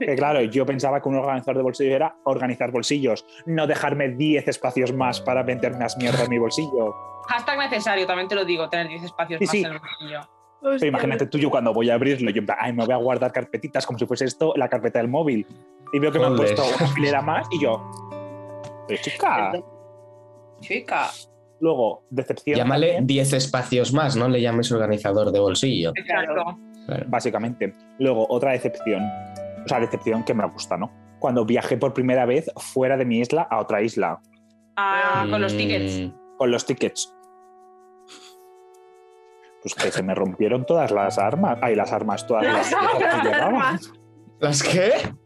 Speaker 6: Que claro, yo pensaba que un organizador de bolsillo era organizar bolsillos, no dejarme 10 espacios más para meter más mierda en mi bolsillo.
Speaker 5: Hashtag necesario, también te lo digo, tener 10 espacios
Speaker 6: Sí,
Speaker 5: más
Speaker 6: sí.
Speaker 5: en el bolsillo.
Speaker 6: Pero imagínate tú, yo cuando voy a abrirlo, yo en plan, ay, me voy a guardar carpetitas como si fuese esto la carpeta del móvil. Y veo que me han
Speaker 3: Joder.
Speaker 6: puesto una filera más y yo, pero chica,
Speaker 4: Chica.
Speaker 6: luego, decepción.
Speaker 3: Llámale
Speaker 6: también,
Speaker 3: 10 espacios más, no le llames organizador de bolsillo.
Speaker 5: Exacto.
Speaker 3: Claro.
Speaker 6: Básicamente. Luego, otra decepción. O sea, decepción que me gusta, ¿no? Cuando viajé por primera vez fuera de mi isla a otra isla,
Speaker 5: Ah, con los
Speaker 3: Mm,
Speaker 5: tickets.
Speaker 6: con los tickets. Pues que se me rompieron todas las armas. Ay, las armas, todas las, cosas que llevaba.
Speaker 3: ¿Las qué?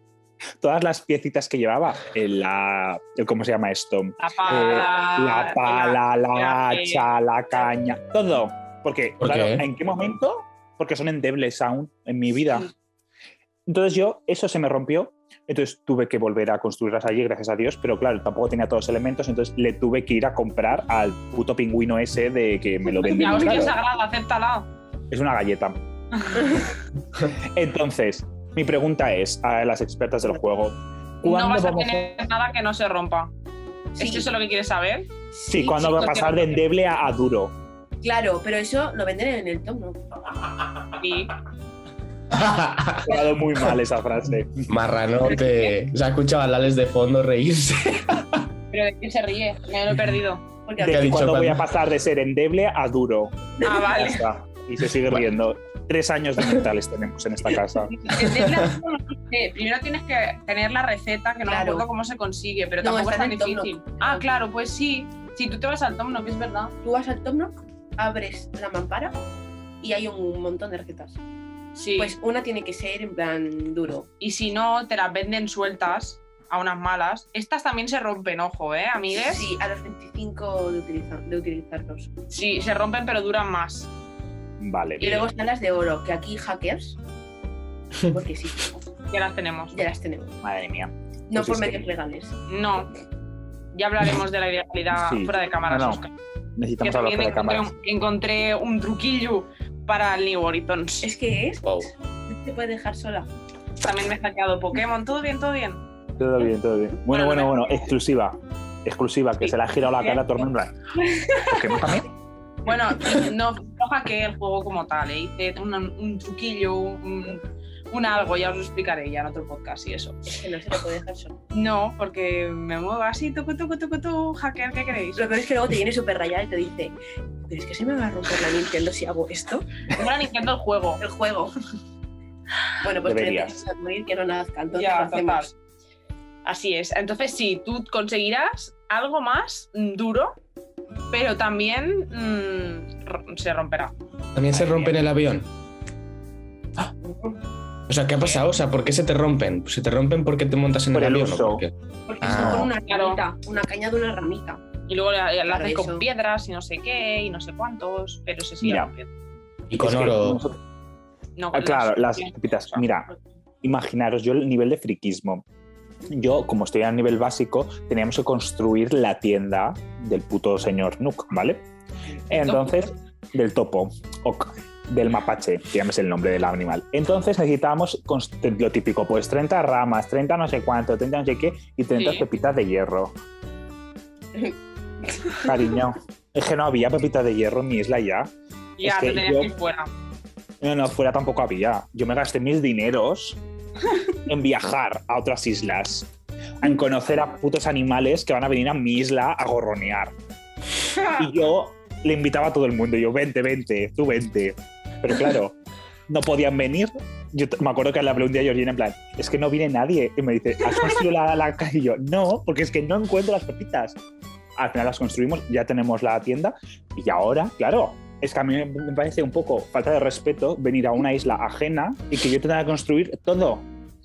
Speaker 6: Todas las piecitas que llevaba. El, la, el- ¿Cómo se llama esto?
Speaker 5: La pala.
Speaker 6: Ah, la Eh, pala, la
Speaker 5: Eh, la-
Speaker 6: hacha, la caña, todo. Porque,
Speaker 3: ¿Por
Speaker 6: claro,
Speaker 3: qué?
Speaker 6: ¿en qué momento? Porque son endebles aún en mi vida. Entonces yo, eso se me rompió. Entonces tuve que volver a construirlas allí, gracias a Dios, pero claro, tampoco tenía todos los elementos, entonces le tuve que ir a comprar al puto pingüino ese de que me lo
Speaker 5: La
Speaker 6: vendió.
Speaker 5: hostia
Speaker 6: claro.
Speaker 5: sagrada, acéptala.
Speaker 6: Es una galleta. entonces, mi pregunta es a las expertas del juego.
Speaker 5: No
Speaker 6: ¿Cuándo
Speaker 5: vas a
Speaker 6: vamos a-
Speaker 5: tener nada que no se rompa. ¿Es
Speaker 4: Sí.
Speaker 5: eso lo que quieres saber?
Speaker 6: Sí,
Speaker 4: Sí,
Speaker 6: cuando
Speaker 5: sí,
Speaker 6: va a
Speaker 5: no te
Speaker 6: pasar de
Speaker 5: preocupes.
Speaker 6: endeble a, a duro.
Speaker 4: Claro, pero eso lo venden en el tono.
Speaker 5: Y
Speaker 6: Ha quedado muy mal esa frase.
Speaker 3: Marranote. Se ha escuchado a Lales de fondo reírse.
Speaker 5: ¿Pero de qué se ríe? Me lo he perdido.
Speaker 4: Porque
Speaker 3: ha
Speaker 6: De
Speaker 3: dicho
Speaker 6: cuando voy
Speaker 3: cuando?
Speaker 6: a pasar de ser endeble a duro.
Speaker 5: Ah,
Speaker 6: Ya
Speaker 5: vale.
Speaker 6: está. Y se sigue riendo. Tres años de mentales tenemos en esta casa.
Speaker 5: Entender la- eh, Primero tienes que tener la receta, que no
Speaker 4: Claro.
Speaker 5: me acuerdo cómo se consigue, pero
Speaker 4: No,
Speaker 5: tampoco
Speaker 4: está
Speaker 5: es
Speaker 4: en
Speaker 5: tan
Speaker 4: el Tom
Speaker 5: difícil. Ah, claro, pues sí. Si tú te vas al Tom que es verdad.
Speaker 4: tú vas al Tomnock, abres la mampara y hay un montón de recetas.
Speaker 5: Sí.
Speaker 4: Pues una tiene que ser en plan duro.
Speaker 5: y si no, te las venden sueltas a unas malas. Estas también se rompen, ojo, ¿eh, amigues?
Speaker 4: Sí, a los 25 de, utiliza- de utilizarlos.
Speaker 5: Sí, se rompen, pero duran más.
Speaker 6: Vale.
Speaker 4: Y luego están las de oro, que aquí hackers, porque sí,
Speaker 5: Ya las tenemos.
Speaker 4: ya las tenemos.
Speaker 6: Madre mía.
Speaker 4: No
Speaker 6: Pues
Speaker 4: por
Speaker 6: es que-
Speaker 4: medios legales.
Speaker 5: No. Ya hablaremos de la ilegalidad
Speaker 6: Sí.
Speaker 5: fuera de cámaras,
Speaker 6: No, no.
Speaker 5: Óscar. Que
Speaker 6: Necesitamos hablar fuera
Speaker 5: también
Speaker 6: de
Speaker 5: encontré
Speaker 6: cámaras.
Speaker 5: un, encontré un truquillo para el New Horizons.
Speaker 4: Es que es,
Speaker 3: Wow.
Speaker 4: no te puede dejar sola.
Speaker 5: También me he hackeado Pokémon. Todo bien, todo bien.
Speaker 6: Todo bien, todo bien. Bueno,
Speaker 5: Bueno,
Speaker 6: bueno,
Speaker 5: no me-
Speaker 6: bueno. Exclusiva. Exclusiva, que
Speaker 5: Sí.
Speaker 6: se le ha girado la cara a Tormund
Speaker 5: Bueno, no, no hackeé el juego como tal, ¿eh? hice un, un truquillo, un, un algo, ya os lo explicaré ya en otro podcast y eso.
Speaker 4: Es que no se lo puede dejar sola.
Speaker 5: No, porque me muevo así, tucu, tucu, tucu, tu, hacker, ¿qué queréis?
Speaker 4: Lo peor es que luego te viene súper rayada y te dice, pero es que se me va a romper la Nintendo si hago esto.
Speaker 5: Bueno, Nintendo el juego.
Speaker 4: El juego. bueno, pues
Speaker 6: Deberías.
Speaker 4: que no te morir, que no nazca, entonces lo
Speaker 5: Ya, total.
Speaker 4: hacemos.
Speaker 5: Así es. Entonces sí, tú conseguirás algo más mm, duro, pero también mm, ro- se romperá.
Speaker 3: También se rompen el avión. Ah. O sea, ¿qué ha pasado? O sea, ¿por qué se te rompen? Pues ¿Se te rompen porque te montas en
Speaker 6: Por
Speaker 3: el
Speaker 6: el
Speaker 3: avión? o
Speaker 6: uso.
Speaker 3: por qué?
Speaker 4: Porque
Speaker 3: Ah.
Speaker 4: son con una
Speaker 5: Claro.
Speaker 4: ramita, una caña de una ramita.
Speaker 5: Y luego la, la
Speaker 4: Claro,
Speaker 5: haces con
Speaker 4: eso.
Speaker 5: piedras y no sé qué, y no sé cuántos, pero se sigue
Speaker 6: Mira.
Speaker 5: rompiendo.
Speaker 3: Y con oro.
Speaker 5: No,
Speaker 6: Ah, claro, las
Speaker 5: piedras,
Speaker 6: pepitas.
Speaker 5: o sea,
Speaker 6: Mira. imaginaros yo el nivel de friquismo. Yo, como estoy a nivel básico, teníamos que construir la tienda del puto señor Nook, ¿vale? Entonces, del topo, ok, del mapache, que ya me sé el nombre del animal. Entonces necesitábamos cons- lo típico, pues 30 ramas, 30 no sé cuánto, 30 no sé qué, y 30
Speaker 5: Sí.
Speaker 6: pepitas de hierro. Cariño, es que no había pepitas de hierro en mi isla ya.
Speaker 5: Ya,
Speaker 6: Es que
Speaker 5: te tenías
Speaker 6: yo-
Speaker 5: que ir fuera.
Speaker 6: No, no, fuera tampoco había. Yo me gasté mis dineros en viajar a otras islas, en conocer a putos animales que van a venir a mi isla a gorronear. Y yo le invitaba a todo el mundo, yo, vente, vente, tú vente. Pero claro, no podían venir. Yo t- me acuerdo que le hablé un día a Georgina en plan, es que no viene nadie. Y me dice, ¿has construido la, la ca-?" Y yo, no, porque es que no encuentro las pepitas. Al final las construimos, ya tenemos la tienda. Y ahora, claro, es que a mí me parece un poco falta de respeto venir a una isla ajena y que yo tenga que construir todo.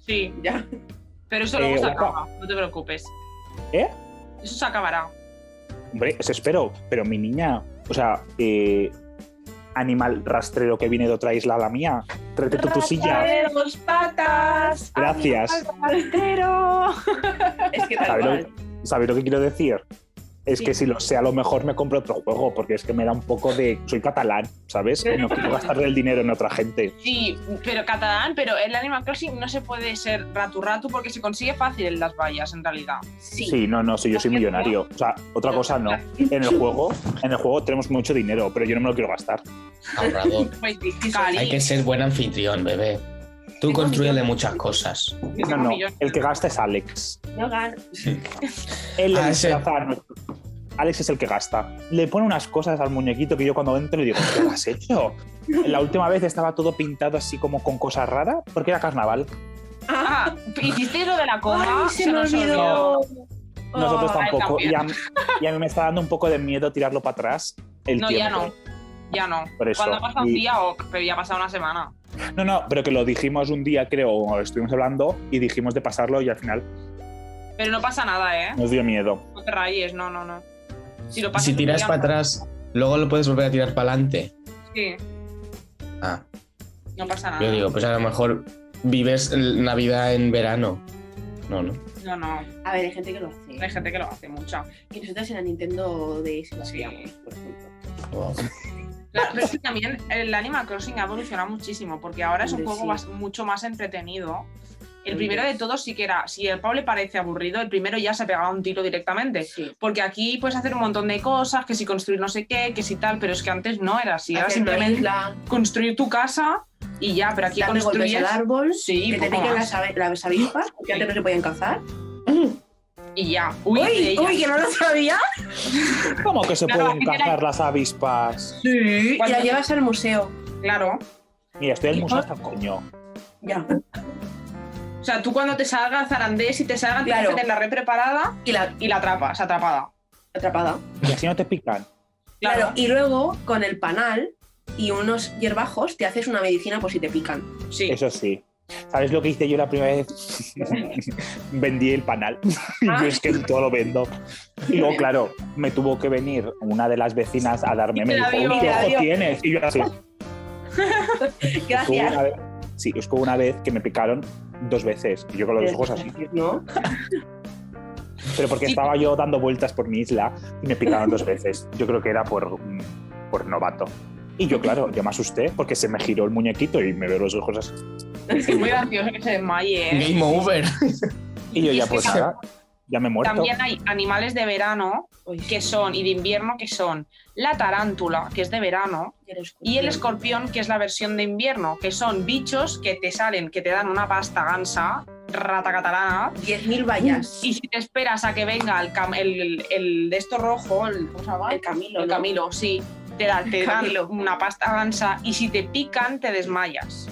Speaker 5: Sí,
Speaker 4: Ya.
Speaker 5: pero eso
Speaker 6: Eh,
Speaker 5: luego se
Speaker 6: guapa.
Speaker 5: acaba, no te preocupes.
Speaker 6: ¿Eh?
Speaker 5: Eso se acabará.
Speaker 6: Hombre, os espero, pero mi niña, o sea, eh, animal rastrero que viene de otra isla a la mía, tráete tú tu silla.
Speaker 5: dos patas!
Speaker 6: Gracias.
Speaker 5: ¡Pero!
Speaker 4: Es que tal
Speaker 6: ¿Sabes
Speaker 4: cual.
Speaker 6: lo, sabéis lo que quiero decir? Es
Speaker 4: Sí.
Speaker 6: que si lo sé, a lo mejor me compro otro juego, porque es que me da un poco de. Soy catalán, ¿sabes? No quiero gastarle el dinero en otra gente.
Speaker 5: Sí, pero catalán, pero el Animal Crossing no se puede ser ratu ratu porque se consigue fácil en las vallas, en realidad.
Speaker 4: Sí.
Speaker 6: Sí, no, no, sí, yo soy millonario. O sea, otra cosa no. En el juego, en el juego tenemos mucho dinero, pero yo no me lo quiero gastar. Oh.
Speaker 3: Ahorrador.
Speaker 5: Pues
Speaker 3: Hay que ser buen anfitrión, bebé. Tú construyele muchas cosas.
Speaker 6: No, no, el que gasta es Alex.
Speaker 4: No gan-
Speaker 6: Él le
Speaker 3: Ah, ese.
Speaker 6: desplaza a nuestro- Alex es el que gasta. Le pone unas cosas al muñequito que yo cuando entro le digo, ¿qué has hecho? La última vez estaba todo pintado así como con cosas raras, porque era carnaval.
Speaker 5: Ah, ¿hiciste lo de la coma?
Speaker 4: Ay, ah, se, me
Speaker 5: nos
Speaker 4: olvidó.
Speaker 6: Nosotros
Speaker 5: Oh,
Speaker 6: tampoco.
Speaker 5: ay,
Speaker 6: Y a, y a mí me está dando un poco de miedo tirarlo para atrás el
Speaker 5: No, ya
Speaker 6: tiempo.
Speaker 5: no. Ya no.
Speaker 6: Por eso.
Speaker 5: Cuando pasa un
Speaker 6: Y-
Speaker 5: día, ok, pero ya pasa una semana.
Speaker 6: No, no, pero que lo dijimos un día, creo, o estuvimos hablando y dijimos de pasarlo y al final
Speaker 5: Pero no pasa nada, ¿eh?
Speaker 6: nos dio miedo.
Speaker 5: No te rayes, no, no, no. Si lo
Speaker 3: Y
Speaker 5: pasas
Speaker 3: si tiras
Speaker 5: ya-
Speaker 3: para atrás, luego lo puedes volver a tirar para adelante.
Speaker 5: Sí,
Speaker 3: Ah,
Speaker 5: no pasa nada.
Speaker 3: yo digo, pues a lo mejor vives el Navidad en verano. No, no.
Speaker 5: No, no,
Speaker 4: A ver, hay gente que lo
Speaker 5: hay
Speaker 4: hace.
Speaker 5: gente que lo hace mucha.
Speaker 4: Y nosotros en la Nintendo DS lo
Speaker 5: Sí.
Speaker 4: hacíamos, por ejemplo.
Speaker 3: Wow.
Speaker 5: La- pero es que también el Animal Crossing ha evolucionado muchísimo porque ahora es un
Speaker 4: Hombre,
Speaker 5: juego
Speaker 4: sí.
Speaker 5: más- mucho más entretenido. El primero de todos sí que era, si el Pablo le parece aburrido, el primero ya se pegaba un tiro directamente.
Speaker 4: Sí.
Speaker 5: Porque aquí puedes hacer un montón de cosas, que si construir no sé qué, que si tal, pero es que antes no era así. Era
Speaker 4: Hacer
Speaker 5: simplemente
Speaker 4: mezcla,
Speaker 5: construir tu casa y ya, pero aquí
Speaker 4: darle golpes
Speaker 5: construyes
Speaker 4: al árbol,
Speaker 5: Sí,
Speaker 4: que te
Speaker 5: poco
Speaker 4: piquen
Speaker 5: más.
Speaker 4: las, ave- las avispas, que antes no se podían cazar.
Speaker 5: y ya. Uy, de ella.
Speaker 4: que no lo sabía.
Speaker 6: ¿Cómo que se
Speaker 5: Claro,
Speaker 6: pueden
Speaker 5: la gente
Speaker 6: cazar las avispas?
Speaker 4: Sí,
Speaker 5: Cuando-
Speaker 4: la llevas al museo.
Speaker 5: Claro.
Speaker 6: Mira, estoy en el museo hasta el coño.
Speaker 4: Ya.
Speaker 5: O sea, tú cuando te salga zarandés y te salga,
Speaker 4: Claro.
Speaker 5: tienes que tenerla preparada
Speaker 4: Y la
Speaker 5: y la atrapas, atrapada.
Speaker 4: atrapada.
Speaker 6: Y así no te pican.
Speaker 4: Claro. Y luego, con el panal y unos hierbajos, te haces una medicina por si te pican.
Speaker 5: Sí.
Speaker 6: Eso sí. ¿Sabes lo que hice yo la primera vez? Vendí el panal. Y
Speaker 5: Ah.
Speaker 6: yo es que todo lo vendo. Y luego, claro, me tuvo que venir una de las vecinas a darme.
Speaker 5: Y
Speaker 6: Me
Speaker 5: te la
Speaker 6: dijo,
Speaker 5: dio.
Speaker 6: "Uy,
Speaker 4: Y te
Speaker 6: ¿qué
Speaker 4: la
Speaker 6: ojo
Speaker 4: dio.
Speaker 6: tienes? Y yo así. Estuvo
Speaker 4: Gracias.
Speaker 6: una vez- sí, es que una vez que me picaron dos veces. Y yo con los ojos así.
Speaker 4: ¿No?
Speaker 6: Pero porque
Speaker 5: Sí.
Speaker 6: estaba yo dando vueltas por mi isla y me picaron dos veces. Yo creo que era por, mm, por novato. Y yo, claro, yo me asusté porque se me giró el muñequito y me veo los ojos así.
Speaker 5: Es que muy gracioso que se desmaye. ¿eh?
Speaker 3: Game over.
Speaker 6: Y yo
Speaker 5: Y
Speaker 6: ya,
Speaker 5: es que
Speaker 6: pues
Speaker 5: también-
Speaker 6: nada, ya me he muerto.
Speaker 5: También hay animales de verano que son, y de invierno que son la tarántula, que es de verano, y el escorpión, que es la versión de invierno, que son bichos que te salen, que te dan una pasta gansa, rata catalana.
Speaker 4: 10.000 vallas.
Speaker 5: Y si te esperas a que venga el, cam- el, el de esto rojo, el, ¿cómo se llama?
Speaker 4: El Camilo.
Speaker 5: El
Speaker 4: ¿no?
Speaker 5: Camilo, sí. Te, da- te dan
Speaker 4: Camilo.
Speaker 5: una pasta gansa y si te pican te desmayas.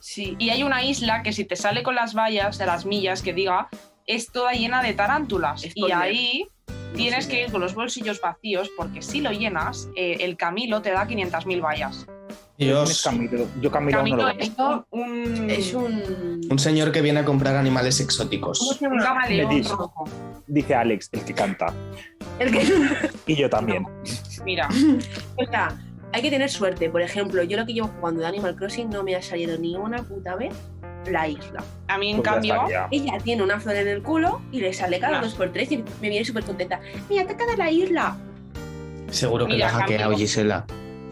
Speaker 4: Sí.
Speaker 5: Y hay una isla que si te sale con las vallas de las millas que diga es toda llena de tarántulas.
Speaker 4: Spoiler.
Speaker 5: Y ahí tienes que ir con los bolsillos vacíos porque si lo llenas, eh, el Camilo te da 500.000 vallas.
Speaker 6: Es
Speaker 3: Dios.
Speaker 6: Camilo. Yo Camilo, aún
Speaker 5: Camilo
Speaker 6: no lo veo.
Speaker 5: es un, un,
Speaker 4: Es un.
Speaker 3: Un señor que viene a comprar animales exóticos.
Speaker 5: un camaleón
Speaker 6: Mellizo.
Speaker 5: rojo.
Speaker 6: Dice Alex, el que canta.
Speaker 4: El que.
Speaker 6: Y yo también.
Speaker 5: Mira,
Speaker 4: O sea, hay que tener suerte. Por ejemplo, yo lo que llevo jugando de Animal Crossing no me ha salido ni una puta vez la isla.
Speaker 5: a mí en
Speaker 6: Pues ya
Speaker 5: cambio,
Speaker 6: estaría.
Speaker 4: Ella tiene una flor en el culo y le sale cada
Speaker 5: Claro.
Speaker 4: dos por tres y me viene súper contenta. Mira, te ha quedado la isla.
Speaker 3: Seguro que
Speaker 5: Mira,
Speaker 3: la ha hackeado
Speaker 5: Camilo.
Speaker 3: Gisela.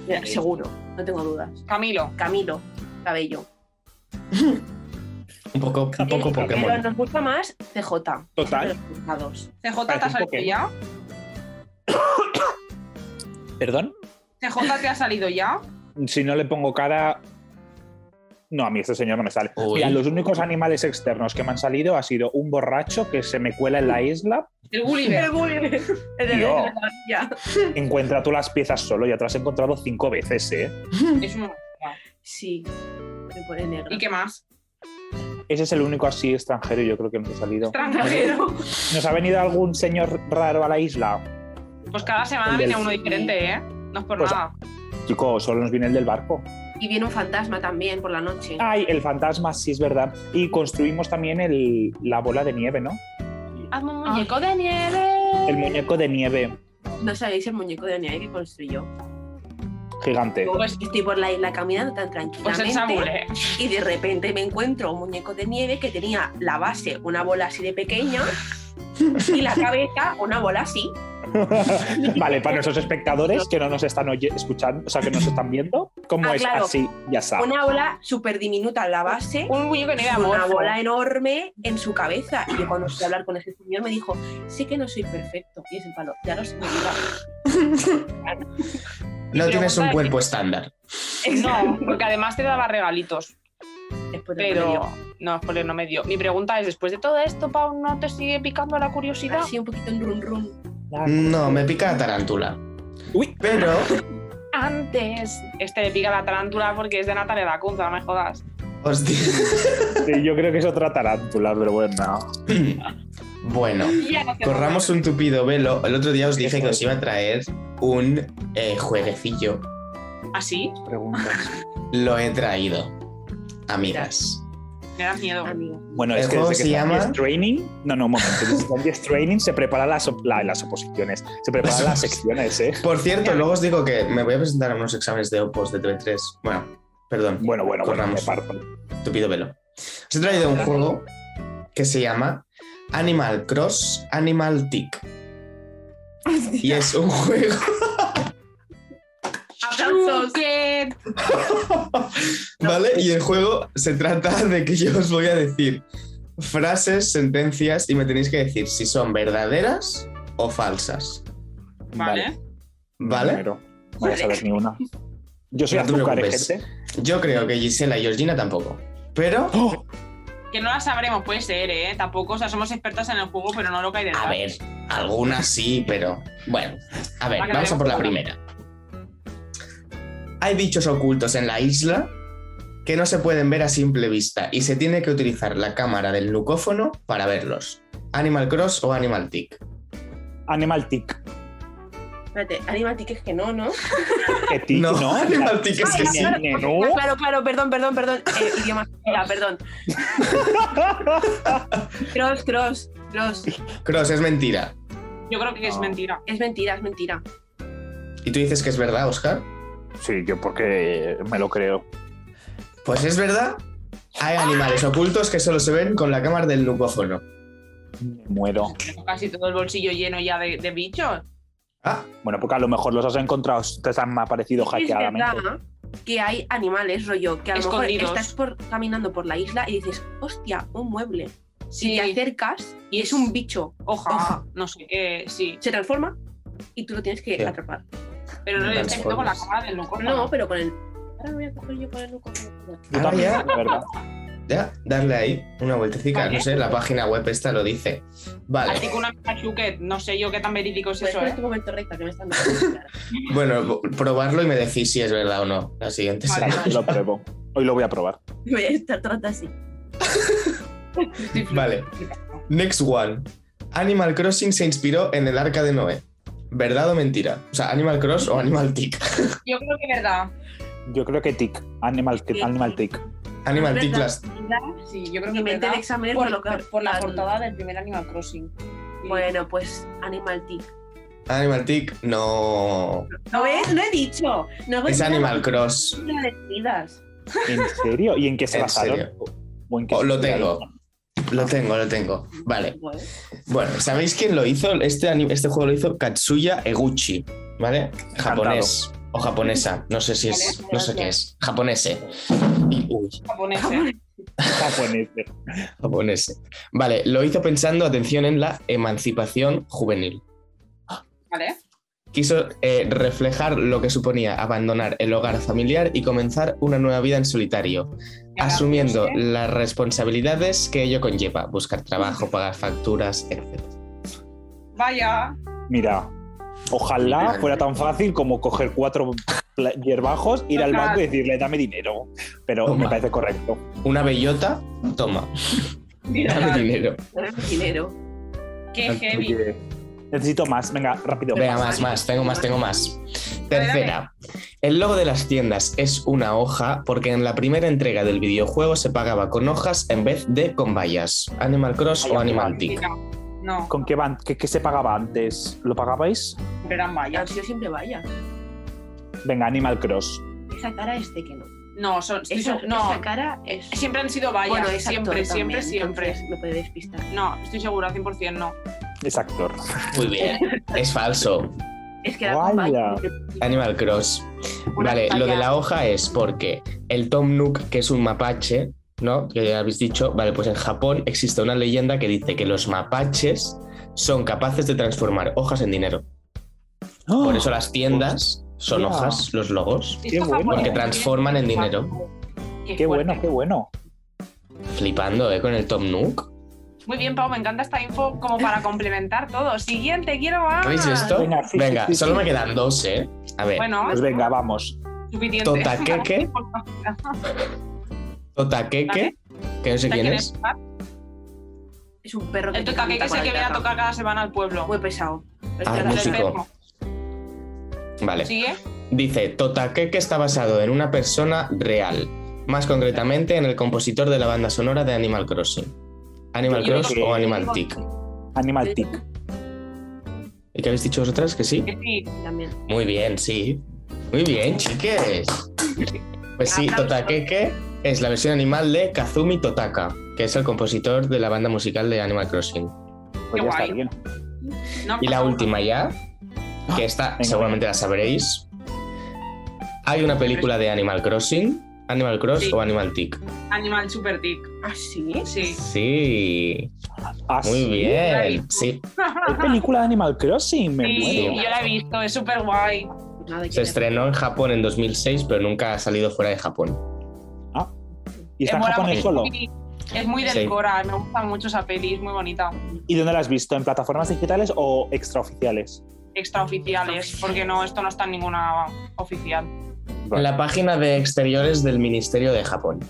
Speaker 4: Mira, seguro, no tengo dudas.
Speaker 5: Camilo,
Speaker 4: Camilo, cabello.
Speaker 3: Un poco, un poco
Speaker 4: Eh, Pero
Speaker 3: Pokémon.
Speaker 4: nos gusta más CJ.
Speaker 6: Total.
Speaker 4: A dos.
Speaker 5: CJ te
Speaker 6: Parece
Speaker 5: ha
Speaker 6: un
Speaker 5: salido
Speaker 6: Pokémon.
Speaker 5: ya.
Speaker 6: ¿Perdón?
Speaker 5: CJ te ha salido ya.
Speaker 6: Si no le pongo cara. No, a mí este señor no me sale.
Speaker 3: Uy.
Speaker 6: Mira, los únicos animales externos que me han salido ha sido un borracho que se me cuela en la isla,
Speaker 5: El Gulliver.
Speaker 6: Tío. encuentra tú las piezas solo y atrás he encontrado cinco veces, ¿eh?
Speaker 5: Es un-
Speaker 4: Sí. Me pone negro.
Speaker 5: ¿Y qué más?
Speaker 6: Ese es el único así extranjero, yo creo que me ha salido.
Speaker 5: Extranjero.
Speaker 6: ¿Nos ha venido algún señor raro a la isla?
Speaker 5: Pues cada semana
Speaker 6: El
Speaker 5: viene
Speaker 6: del-
Speaker 5: uno diferente, ¿eh? No es por
Speaker 6: Pues-
Speaker 5: nada.
Speaker 6: Chicos, solo nos viene el del barco.
Speaker 4: Y viene un fantasma también por la noche.
Speaker 5: Ah.
Speaker 6: Ay, el fantasma, sí es verdad. Y construimos también el- la bola de nieve, ¿no?
Speaker 5: Hazme un muñeco de nieve.
Speaker 6: El muñeco de nieve
Speaker 4: No sabéis el muñeco de Aniel que construyó.
Speaker 6: gigante.
Speaker 5: Pues,
Speaker 4: Estoy por la isla caminando tan tranquilamente.
Speaker 5: pues el Samuel, ¿eh?
Speaker 4: y de repente me encuentro un muñeco de nieve que tenía la base una bola así de pequeña y la cabeza una bola así.
Speaker 6: Vale, para nuestros espectadores que no nos están oye- escuchando, o sea, que nos están viendo, como
Speaker 4: Ah,
Speaker 6: es
Speaker 4: claro.
Speaker 6: así, ya sabes.
Speaker 4: Una bola súper diminuta en la base,
Speaker 5: Un muñeco de nieve
Speaker 4: una
Speaker 5: amorfo.
Speaker 4: bola enorme en su cabeza. Y yo cuando fui a hablar con ese señor me dijo, sé que no soy perfecto. Y es el palo, ya lo sé. mi vida".
Speaker 3: No
Speaker 5: Mi
Speaker 3: tienes un
Speaker 5: pregunta
Speaker 3: cuerpo estándar.
Speaker 5: No, porque además te daba regalitos.
Speaker 4: Después de
Speaker 5: Pero. No, spoiler no me dio. Mi pregunta es: después de todo esto, Pau, ¿no te sigue picando la curiosidad?
Speaker 4: así un poquito en run run.
Speaker 3: No, me pica la tarántula.
Speaker 6: Uy,
Speaker 3: Pero
Speaker 5: Antes. Este le pica la tarántula porque es de Natalia Lacunza, no me jodas.
Speaker 3: Hostia.
Speaker 6: sí, yo creo que es otra tarántula, pero bueno.
Speaker 3: Bueno, corramos un tupido velo. El otro día os dije que os iba a traer un eh, jueguecillo.
Speaker 5: ¿Así?
Speaker 6: Preguntas.
Speaker 3: Lo he traído. Amigas.
Speaker 5: Me das miedo.
Speaker 4: Amigo.
Speaker 6: Bueno,
Speaker 3: El
Speaker 6: es que
Speaker 3: juego
Speaker 6: desde que
Speaker 3: se llama-
Speaker 6: Sandy es Training. No, no, un momento. Desde Sandy es Training se preparan las, op- la- las oposiciones, se preparan las secciones, ¿eh?
Speaker 3: Por cierto, luego os digo que me voy a presentar a unos exámenes de Opos de TV3. Bueno, perdón.
Speaker 6: Bueno, bueno, bueno, me
Speaker 3: Corramos.
Speaker 6: parto.
Speaker 3: Tupido velo. Os he traído un juego que se llama Animal Cross Animal Tick. Y es un juego.
Speaker 4: Aplausos.
Speaker 5: Chuquet.
Speaker 3: ¿Vale? Y el juego se trata de que yo os voy a decir frases, sentencias y me tenéis que decir si son verdaderas o falsas.
Speaker 5: Vale.
Speaker 3: ¿Vale?
Speaker 6: Primero. No voy a saber ni una. Yo soy
Speaker 3: No te
Speaker 6: azúcar, ¿eh,
Speaker 3: preocupes.
Speaker 6: gente.
Speaker 3: Yo creo que Gisela y Georgina tampoco. Pero,
Speaker 5: Que no la sabremos, puede ser, ¿eh? Tampoco, o sea, somos expertos en el juego, pero no lo que hay detrás.
Speaker 7: A ver,
Speaker 3: algunas sí, pero.
Speaker 7: bueno,
Speaker 3: A ver,
Speaker 5: Va, que
Speaker 3: vamos a por la
Speaker 5: tenemos
Speaker 3: primera. Hay bichos ocultos en la isla que no se pueden ver a simple vista y se tiene que utilizar la cámara del nucófono para verlos. Animal Cross o Animal Tick.
Speaker 6: Animal Tick.
Speaker 4: Espérate, animati que es que no, ¿no?
Speaker 6: Eh, tic,
Speaker 3: No,
Speaker 6: no,
Speaker 3: Animal Tick es que sí.
Speaker 6: Ne- ne- no.
Speaker 4: Ah, claro, claro, perdón, perdón, perdón. Eh, idioma, mira, perdón. Cross, cross, cross.
Speaker 3: Cross es mentira.
Speaker 5: Yo creo que es
Speaker 6: No.
Speaker 5: mentira.
Speaker 4: Es mentira, es mentira.
Speaker 3: ¿Y tú dices que es verdad, Oscar?
Speaker 6: Sí, yo porque me lo creo.
Speaker 3: Pues es verdad. Hay animales ocultos que solo se ven con la cámara del nucófono.
Speaker 6: Me muero.
Speaker 5: Tengo casi todo el bolsillo lleno ya de, de bichos.
Speaker 3: Ah,
Speaker 6: Bueno, porque a lo mejor los has encontrado, te han aparecido
Speaker 4: Es verdad
Speaker 6: hackeadamente.
Speaker 4: que hay animales, rollo, que a lo
Speaker 5: Escondidos.
Speaker 4: mejor estás por- caminando por la isla y dices, hostia, un mueble.
Speaker 5: Sí,
Speaker 4: Y te acercas y es un bicho.
Speaker 5: hoja,
Speaker 4: Hoja.
Speaker 5: no sé qué, sí.
Speaker 4: Se transforma y tú lo tienes que
Speaker 3: Sí.
Speaker 4: atrapar.
Speaker 5: Pero no le
Speaker 3: Transformers.
Speaker 5: estoy con la cámara del loco.
Speaker 4: No, pero con el. Ahora voy a coger yo para no coger.
Speaker 6: Yo
Speaker 3: Ah,
Speaker 6: también,
Speaker 3: ya.
Speaker 6: de verdad.
Speaker 3: ya, darle ahí una vueltecita.
Speaker 5: Vale.
Speaker 3: No sé, la página web esta lo dice. Vale.
Speaker 5: Así que una amiga Chuquet, no sé yo qué tan verídico es
Speaker 4: Pues
Speaker 5: eso,
Speaker 4: espera
Speaker 5: ¿eh?
Speaker 4: un momento recta que me están dando. la cara.
Speaker 3: Bueno, bo- probarlo y me decís si es verdad o no. La siguiente
Speaker 5: Vale.
Speaker 3: semana.
Speaker 6: Lo pruebo. Hoy lo voy a probar.
Speaker 4: Voy a estar tratando así.
Speaker 5: Estoy
Speaker 3: Vale.
Speaker 5: flipando.
Speaker 3: Next one. Animal Crossing se inspiró en el arca de Noé. ¿Verdad o mentira? O sea, Animal Cross o Animal Tick.
Speaker 5: Yo creo que es verdad.
Speaker 6: Yo creo que Tick. Animal,
Speaker 5: Sí.
Speaker 6: animal Tick.
Speaker 3: Animal
Speaker 4: Es
Speaker 3: Tick
Speaker 4: verdad.
Speaker 3: las-
Speaker 5: Sí, yo creo que
Speaker 4: Mi
Speaker 5: es
Speaker 4: mente
Speaker 5: verdad.
Speaker 4: de examen
Speaker 5: Por,
Speaker 4: es lo que-
Speaker 5: por- por la portada del primer Animal Crossing. Sí.
Speaker 4: Bueno, pues Animal Tick.
Speaker 3: Animal Tick, no.
Speaker 4: ¿No ves? No he dicho. No
Speaker 3: Es Animal Cross.
Speaker 4: Cross.
Speaker 6: ¿En serio? ¿Y en qué se
Speaker 3: En
Speaker 6: basaron?
Speaker 3: serio.
Speaker 6: ¿O en qué
Speaker 3: Oh, lo
Speaker 6: se-
Speaker 3: tengo. Lo tengo, lo tengo. Vale. Bueno, ¿sabéis quién lo hizo? Este, ani- este juego lo hizo Katsuya Eguchi, ¿vale? Japonés o japonesa. No sé si es. No sé qué es. Japonese. Y- uy.
Speaker 5: Japonés, ¿eh?
Speaker 6: Ah, japonés.
Speaker 3: japonés. Vale, lo hizo pensando, atención, en la emancipación juvenil.
Speaker 5: ¿Vale?
Speaker 3: Quiso eh, reflejar lo que suponía abandonar el hogar familiar y comenzar una nueva vida en solitario, asumiendo
Speaker 5: pues,
Speaker 3: las responsabilidades que ello conlleva, buscar trabajo, pagar facturas, etc.
Speaker 5: Vaya.
Speaker 6: Mira, ojalá fuera tan fácil como coger cuatro pla- hierbajos, ir al banco y decirle, dame dinero. Pero
Speaker 3: Toma.
Speaker 6: me parece correcto.
Speaker 3: Una bellota, toma, dame
Speaker 5: Mira,
Speaker 3: dinero.
Speaker 4: dinero.
Speaker 5: qué heavy.
Speaker 6: Porque Necesito más. Venga, rápido.
Speaker 3: Venga, más, más, tengo más, tengo más. Tercera, el logo de las tiendas es una hoja porque en la primera entrega del videojuego se pagaba con hojas en vez de con vallas. Animal Cross o Animal Tick.
Speaker 5: No,
Speaker 6: ¿Con qué, van? ¿Qué, qué se pagaba antes? ¿Lo pagabais?
Speaker 5: pero eran
Speaker 4: Ya,
Speaker 5: vallas.
Speaker 4: si yo siempre vaya.
Speaker 6: Venga, Animal Cross.
Speaker 4: Esa cara es de que no.
Speaker 5: No, son, estoy
Speaker 4: Esa,
Speaker 5: segura- no, eh,
Speaker 4: esa cara es.
Speaker 5: siempre han sido vallas.
Speaker 4: Bueno, es actor
Speaker 5: siempre, siempre,
Speaker 4: también,
Speaker 5: siempre.
Speaker 4: entonces Me puede despistar.
Speaker 5: No, estoy segura, 100% no.
Speaker 6: Es actor.
Speaker 3: Muy bien, es falso.
Speaker 4: Es que la
Speaker 6: Vaya.
Speaker 4: compañía-
Speaker 3: Animal Cross.
Speaker 4: Una
Speaker 3: Vale, lo
Speaker 4: falla.
Speaker 3: de la hoja es porque el Tom Nook, que es un mapache, ¿no? Que ya habéis dicho, vale, pues en Japón existe una leyenda que dice que los mapaches son capaces de transformar hojas en dinero.
Speaker 5: Oh.
Speaker 3: Por eso las tiendas son
Speaker 6: ¡Oh! Hostia.
Speaker 3: hojas, los logos,
Speaker 6: Qué
Speaker 5: Estos
Speaker 6: bueno.
Speaker 5: japoneses
Speaker 3: porque transforman en
Speaker 5: tienen-
Speaker 3: dinero.
Speaker 6: Qué
Speaker 5: fuerte.
Speaker 6: bueno, qué bueno.
Speaker 3: Flipando, ¿eh? Con el Tom Nook.
Speaker 5: Muy bien, Pau, me encanta esta info como para complementar todo. Siguiente, quiero más.
Speaker 3: ¿Habéis visto?
Speaker 6: Venga, sí,
Speaker 3: Venga,
Speaker 6: sí, sí,
Speaker 3: solo
Speaker 6: sí.
Speaker 3: me quedan dos, ¿eh? A ver,
Speaker 5: Ah. Bueno,
Speaker 6: Pues venga, vamos.
Speaker 5: suficiente.
Speaker 3: Totaqueque, Totaqueque, que no sé quién es.
Speaker 4: Es un perro que
Speaker 5: El
Speaker 4: te
Speaker 5: totaqueque
Speaker 4: canta
Speaker 5: es
Speaker 4: con
Speaker 5: el
Speaker 4: la
Speaker 5: que viene a
Speaker 4: guitarra.
Speaker 5: tocar cada semana al pueblo.
Speaker 4: Muy pesado. Es
Speaker 3: Ah,
Speaker 4: que
Speaker 5: El
Speaker 3: el
Speaker 4: ahora-
Speaker 3: músico.
Speaker 5: perro.
Speaker 3: Vale.
Speaker 5: ¿Sigue?
Speaker 3: Dice, Totakeke está basado en una persona real, más concretamente en el compositor de la banda sonora de Animal Crossing. Animal
Speaker 5: Yo
Speaker 3: Cross
Speaker 6: creo que-
Speaker 3: o Animal Tick.
Speaker 6: Animal Tick.
Speaker 3: ¿Y qué habéis dicho vosotras? Que sí.
Speaker 5: Que sí.
Speaker 4: También.
Speaker 3: Muy bien, sí. Muy bien, chiques. Pues sí,
Speaker 4: Aplausos.
Speaker 3: Totakeke es la versión animal de Kazumi Totaka, que es el compositor de la banda musical de Animal Crossing.
Speaker 6: Pues
Speaker 5: Qué
Speaker 6: ya está
Speaker 5: guay.
Speaker 6: bien.
Speaker 5: No,
Speaker 3: Y la
Speaker 5: no.
Speaker 3: última ya, que esta
Speaker 6: Venga.
Speaker 3: seguramente la sabréis. Hay una película de Animal Crossing, Animal Cross
Speaker 5: Sí.
Speaker 3: o Animal Tick.
Speaker 5: Animal Super Tick.
Speaker 4: ¿Ah, sí?
Speaker 5: Sí.
Speaker 3: Sí,
Speaker 6: Ah,
Speaker 3: muy
Speaker 6: sí.
Speaker 3: bien. Sí,
Speaker 6: Hay película de Animal Crossing, me
Speaker 5: Sí,
Speaker 6: muero.
Speaker 5: yo la he visto, es súper guay.
Speaker 4: Pues Nada que
Speaker 3: se
Speaker 4: ver.
Speaker 3: estrenó en Japón en 2006, pero nunca ha salido fuera de Japón.
Speaker 6: Y está en
Speaker 5: mola
Speaker 6: Japón
Speaker 5: porque
Speaker 6: el solo.
Speaker 5: Es muy, es muy del
Speaker 3: Sí.
Speaker 5: Cora, me gusta mucho esa peli, es muy bonita.
Speaker 6: ¿Y dónde la has visto? ¿En plataformas digitales o extraoficiales?
Speaker 5: Extraoficiales, porque no, esto no está en ninguna oficial.
Speaker 3: En
Speaker 6: Vale.
Speaker 3: la página de exteriores del Ministerio de Japón.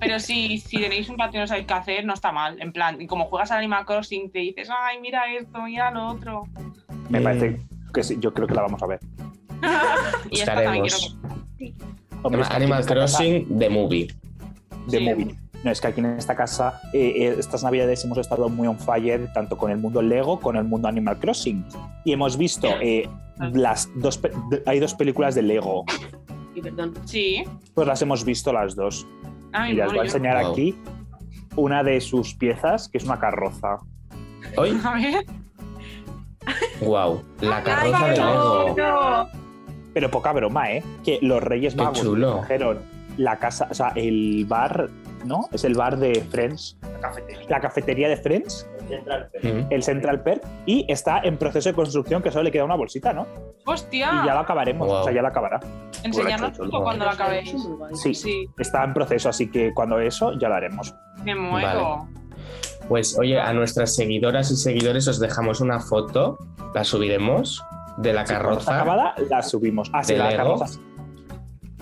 Speaker 5: Pero sí, si tenéis un plato y no sabéis qué hacer, no está mal. En plan, y como juegas al Animal Crossing, te dices, ay, mira esto, mira lo otro.
Speaker 6: Me
Speaker 3: Eh,
Speaker 6: parece que sí, yo creo que la vamos a ver.
Speaker 5: Y esta también quiero
Speaker 3: Buscaremos.
Speaker 6: Hombre, es que aquí en
Speaker 3: Animal
Speaker 6: esta
Speaker 3: Crossing, The Movie.
Speaker 6: casa- de
Speaker 5: Sí.
Speaker 6: móvil. No, es que aquí en esta casa, eh, eh, estas navidades hemos estado muy on fire, tanto con el mundo Lego, con el mundo Animal Crossing. Y hemos visto, eh, las dos, pe- de- hay dos películas de Lego.
Speaker 4: Y perdón.
Speaker 5: Sí.
Speaker 6: Pues las hemos visto las dos.
Speaker 5: A mí
Speaker 6: Y les voy a
Speaker 5: me
Speaker 6: enseñar
Speaker 3: Wow.
Speaker 6: aquí una de sus piezas, que es una carroza.
Speaker 3: Hoy,
Speaker 5: A ver.
Speaker 3: wow, la carroza
Speaker 5: Ay,
Speaker 3: de
Speaker 5: no,
Speaker 3: Lego.
Speaker 5: no.
Speaker 6: Pero poca broma, ¿eh? Que los Reyes
Speaker 3: Qué
Speaker 6: Magos
Speaker 3: chulo.
Speaker 6: trajeron la casa, o sea, el bar, ¿no? Es el bar de Friends. La cafetería. de Friends,
Speaker 3: Mm.
Speaker 6: el Central Perk, y está en proceso de construcción que solo le queda una bolsita, ¿no? Y ya
Speaker 5: Hostia,
Speaker 6: la acabaremos,
Speaker 3: Wow.
Speaker 6: o sea, ya la acabará.
Speaker 5: enseñarnos
Speaker 3: Borracho,
Speaker 5: poco cuando la acabéis.
Speaker 4: Muy guay.
Speaker 6: Sí,
Speaker 5: Sí,
Speaker 6: está en proceso, así que cuando eso ya lo haremos.
Speaker 5: me muero.
Speaker 3: Pues oye, a nuestras seguidoras y seguidores os dejamos una foto, la subiremos, de la
Speaker 6: Si cuando está
Speaker 3: carroza.
Speaker 6: acabada, la subimos. Ah, sí,
Speaker 3: ¿De
Speaker 6: la
Speaker 3: Lego?
Speaker 6: carroza.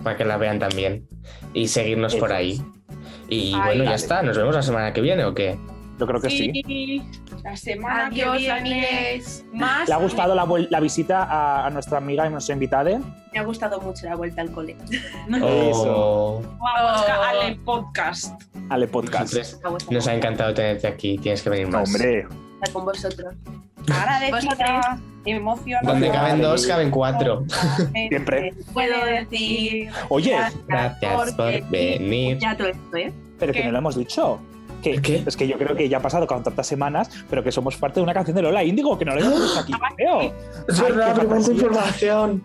Speaker 3: para que la vean también y seguirnos
Speaker 6: Eso
Speaker 3: por
Speaker 6: es.
Speaker 3: ahí. Y
Speaker 5: Ahí,
Speaker 3: bueno, ya
Speaker 5: dale.
Speaker 3: está, nos vemos la semana que viene o qué?
Speaker 6: Yo creo que sí.
Speaker 5: La semana que
Speaker 4: Adiós,
Speaker 5: viene.
Speaker 4: amigues.
Speaker 5: Más.
Speaker 6: ¿Le ha gustado la, vol- la visita a, a nuestra amiga y nuestra invitada?
Speaker 4: Me ha gustado mucho la vuelta al cole.
Speaker 3: Oh,
Speaker 5: Vamos a Ale podcast.
Speaker 6: Ale
Speaker 3: nosotros-
Speaker 6: Podcast.
Speaker 4: Me ha gustado
Speaker 3: nos ha encantado tenerte aquí, tienes que venir más.
Speaker 6: Hombre,
Speaker 4: estar con vosotros.
Speaker 5: Agradecida,
Speaker 3: Donde
Speaker 5: emocionada.
Speaker 3: caben dos, caben cuatro.
Speaker 6: siempre.
Speaker 4: Puedo decir
Speaker 6: Oye,
Speaker 3: Gracias
Speaker 4: porque-
Speaker 3: por venir.
Speaker 4: ya todo esto, ¿eh?
Speaker 6: pero que
Speaker 5: ¿Qué?
Speaker 6: no lo hemos dicho. Que,
Speaker 3: ¿Qué?
Speaker 6: Es que yo creo que ya ha pasado con tantas semanas, pero que somos parte de una canción de Lola Índigo, que no lo hemos dicho aquí. Creo.
Speaker 3: Es
Speaker 6: verdad, pero cuánta
Speaker 3: información.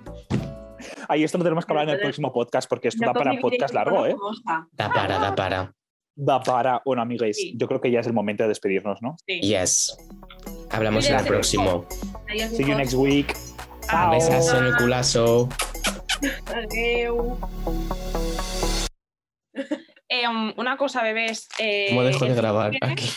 Speaker 6: Ahí esto lo tenemos que hablar en el próximo podcast, porque esto da para podcast largo, ¿eh?
Speaker 3: Da para, da para.
Speaker 6: Da para. Bueno, amigues,
Speaker 5: Sí.
Speaker 6: yo creo que ya es el momento de despedirnos, ¿no?
Speaker 5: Sí.
Speaker 3: Yes. Hablamos en el
Speaker 5: Cuídense.
Speaker 3: próximo.
Speaker 6: See you next week.
Speaker 3: Un
Speaker 6: Chao.
Speaker 3: besazo en el culazo.
Speaker 5: Eh, um, una cosa, bebés. eh,
Speaker 3: ¿Cómo dejo de
Speaker 5: el-
Speaker 3: grabar
Speaker 5: eh,
Speaker 3: ah,
Speaker 5: ¿Qué?
Speaker 3: aquí?